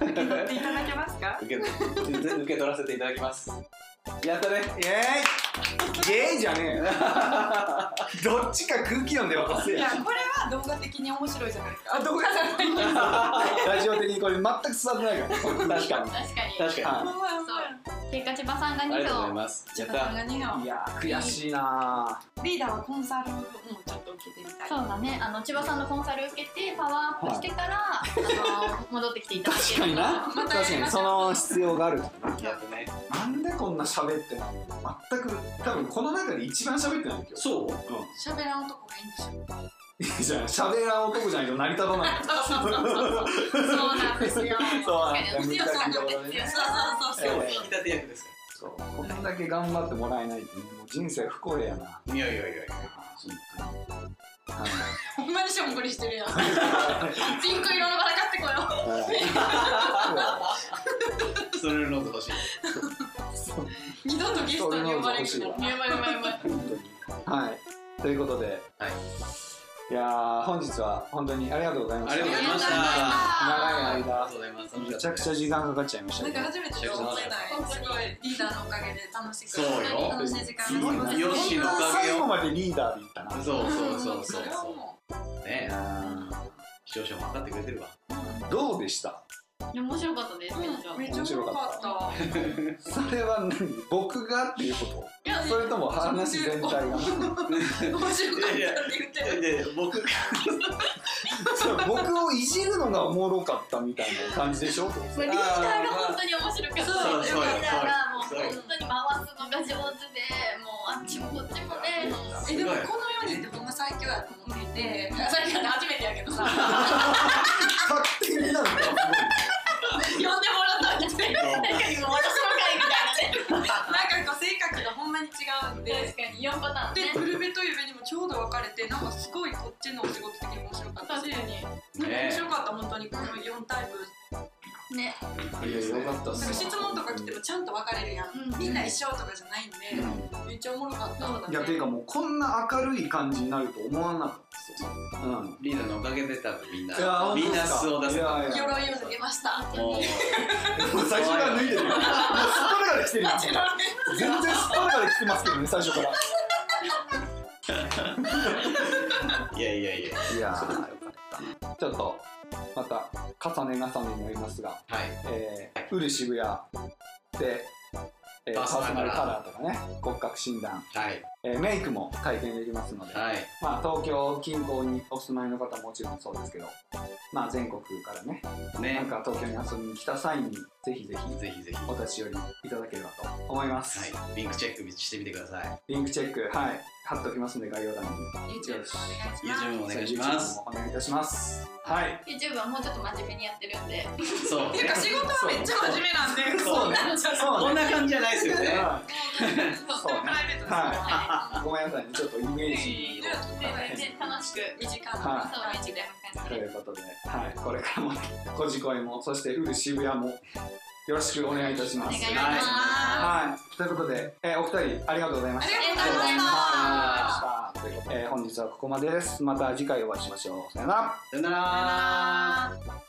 Speaker 4: 受け取っていただけますか
Speaker 3: 受け受け取らせていただきますやったね
Speaker 2: イエーイイエーイじゃねえよどっちか空気読んで渡せ
Speaker 4: い
Speaker 2: よ
Speaker 4: やこれは動画的に面白いじゃないですか
Speaker 2: あどこが ラジオ的にこれ全く伝わってないから確
Speaker 3: 確かに
Speaker 5: 確かに
Speaker 3: 確か
Speaker 2: は
Speaker 5: 結果千葉さんが
Speaker 3: にあり
Speaker 5: 2
Speaker 3: がとうござい
Speaker 5: 票
Speaker 3: ますや
Speaker 4: 千
Speaker 3: っ
Speaker 4: 葉さ
Speaker 3: た
Speaker 4: んが2
Speaker 2: いいやー悔しいな
Speaker 4: 票リーダーはコンサルをもちょっと受けてみたい
Speaker 5: そうだねあの千葉さんのコンサル受けてパワーアップしてから、あの戻ってきていただ
Speaker 2: ー
Speaker 5: ければ
Speaker 2: 確かにその必要がある
Speaker 3: やったね
Speaker 2: なんでこんな喋ってないの全く多分この中で一番喋ってない今日
Speaker 3: そう
Speaker 4: 喋らん男がいいんでしょ
Speaker 2: いいじゃん喋らん男じゃないと成り立たない
Speaker 5: そうなんですよ
Speaker 2: そうなんだ
Speaker 5: 確かに
Speaker 4: 強さが
Speaker 2: そう
Speaker 4: 強さそうそう
Speaker 3: 今日引き立て役ですか
Speaker 2: そうこんだけ頑張ってもらえないってもう人生不幸やな
Speaker 3: らいやいやいやいや
Speaker 2: はい
Speaker 4: ほんまにしょんぼりしてるやんピンク色のバラ買ってこよう
Speaker 2: は
Speaker 3: それの欲しい
Speaker 4: 二度とゲストに呼ばれる
Speaker 2: それの
Speaker 4: か
Speaker 2: 方が欲しいわ
Speaker 4: らやばいやばいやばい
Speaker 2: いはいということで
Speaker 3: はい
Speaker 2: いやー本日は本当にありがとうございました
Speaker 3: ありがとうございました
Speaker 2: 長い
Speaker 3: ありが
Speaker 2: 間
Speaker 3: とうございます
Speaker 2: めちゃくちゃ時間かかっちゃいました
Speaker 4: な
Speaker 2: け
Speaker 4: ん
Speaker 2: ど
Speaker 4: か初めてとは思えないすごいリーダーのおかげで楽しく
Speaker 3: そうよ
Speaker 4: 楽しい時間が過ごせて
Speaker 3: よしのおかげ
Speaker 2: 最後
Speaker 3: よ
Speaker 2: までリーダーでいったな
Speaker 3: そうそうそうそ
Speaker 4: そうれはも
Speaker 3: そうね視聴者も分かってくれてるわ
Speaker 2: どうでした
Speaker 5: いや面白かったですめっちゃ、
Speaker 4: うめっちゃ面白かっ
Speaker 2: それは何僕がっていうこ
Speaker 4: たいや
Speaker 2: とそれとも話全体が
Speaker 4: 面白かったって言ってる
Speaker 3: で僕
Speaker 2: そう僕をいじるのがおもろかったみたいな感じでしょ
Speaker 5: まあリーダーが本当に面白かった
Speaker 3: そう
Speaker 5: リ
Speaker 3: そう
Speaker 5: ーダーがもう
Speaker 3: そう
Speaker 5: 本当に回すのが上手でもうあっちもこっちもね
Speaker 4: えでも
Speaker 3: す
Speaker 4: こ
Speaker 3: ごい
Speaker 4: の世にってほんま最強やと思ってて最強って初めてやけどさ
Speaker 2: 勝手になんか
Speaker 4: 呼んでもらったわけじゃないなんか今私の会みたいなねなんかこう性格がほんまに違うんで
Speaker 5: 確かに4パターン
Speaker 4: で
Speaker 5: ね
Speaker 4: ブルベとゆべにもちょうど分かれてなんかすごいこっちのお仕事的に面白かったし
Speaker 5: 確かに
Speaker 4: なんか面
Speaker 3: ね
Speaker 4: 白かった本当にこの4タイプ
Speaker 5: ね
Speaker 2: いやよかったっ
Speaker 4: なんか質問とか来てもちゃんと分かれるやん、
Speaker 5: うん
Speaker 4: みんな一緒とかじゃないんで、めっちゃおもろかった
Speaker 5: そうだ
Speaker 2: いやていうかもうこんな明るい感じになると思わなかったですようん
Speaker 3: リーダーのおかげで多分みんない
Speaker 2: や本当
Speaker 3: みん
Speaker 2: で
Speaker 3: な
Speaker 2: すか
Speaker 3: 素を出せた
Speaker 2: いやいや
Speaker 4: 鎧を脱げました
Speaker 3: もう
Speaker 2: もう最初から脱 いでるよもうすっぱらから来てるよ全然すっぱらから来てますけどね最初から
Speaker 3: いやいやいや
Speaker 2: いやーよかったなちょっとまた重ね重ねになりますが
Speaker 3: はい
Speaker 2: えー、ウル渋谷で、えー、パ
Speaker 3: パ
Speaker 2: ー
Speaker 3: ーソ
Speaker 2: ソナ
Speaker 3: ナ
Speaker 2: ル
Speaker 3: ル
Speaker 2: カ
Speaker 3: カ
Speaker 2: ラ
Speaker 3: ラ
Speaker 2: ーとかね骨格診断、
Speaker 3: はい
Speaker 2: ええーメイクも体験できますので、
Speaker 3: はい。
Speaker 2: まあ、東京近郊にお住まいの方ももちろんそうですけど、まあ、全国からねな
Speaker 3: ね
Speaker 2: ん。か東京に遊びに来た際にぜひぜひ
Speaker 3: ぜひぜひ。
Speaker 2: お立ち寄りいただければと思います、
Speaker 3: はい。リンクチェックしてみてください。
Speaker 2: リンクチェックはい貼っておきますので概要欄に
Speaker 4: YouTube もお願いします
Speaker 3: YouTube もお願いします。
Speaker 2: お願いいたしますはい、
Speaker 5: YouTube はもうちょっと真面目にやってるんで
Speaker 3: そう
Speaker 4: ってい
Speaker 3: ね
Speaker 4: うか。仕事はめっちゃ真面目なんで
Speaker 3: そうね
Speaker 4: なっちゃう
Speaker 2: そう
Speaker 3: こんな感じじゃないですよね。
Speaker 2: は
Speaker 4: とってもプライベートです
Speaker 2: はい
Speaker 5: はい
Speaker 2: ごめんなさいねちょっとイメージ
Speaker 5: いで楽しく
Speaker 4: 2時間
Speaker 2: は
Speaker 5: 朝は1時で迎え
Speaker 2: と
Speaker 5: て
Speaker 2: いうことで、はい、これからもこじこいもそしてウル渋谷もよろしくお願いいたし
Speaker 5: お
Speaker 2: ま
Speaker 5: 願い
Speaker 2: す
Speaker 5: します
Speaker 2: はい、ということで、えーお二人ありがとうございました
Speaker 4: ありがとうございま
Speaker 2: ありがとうございましたということでえー本日はここまでですまた次回お会いしましょうさよなら
Speaker 3: さよなら。
Speaker 4: あー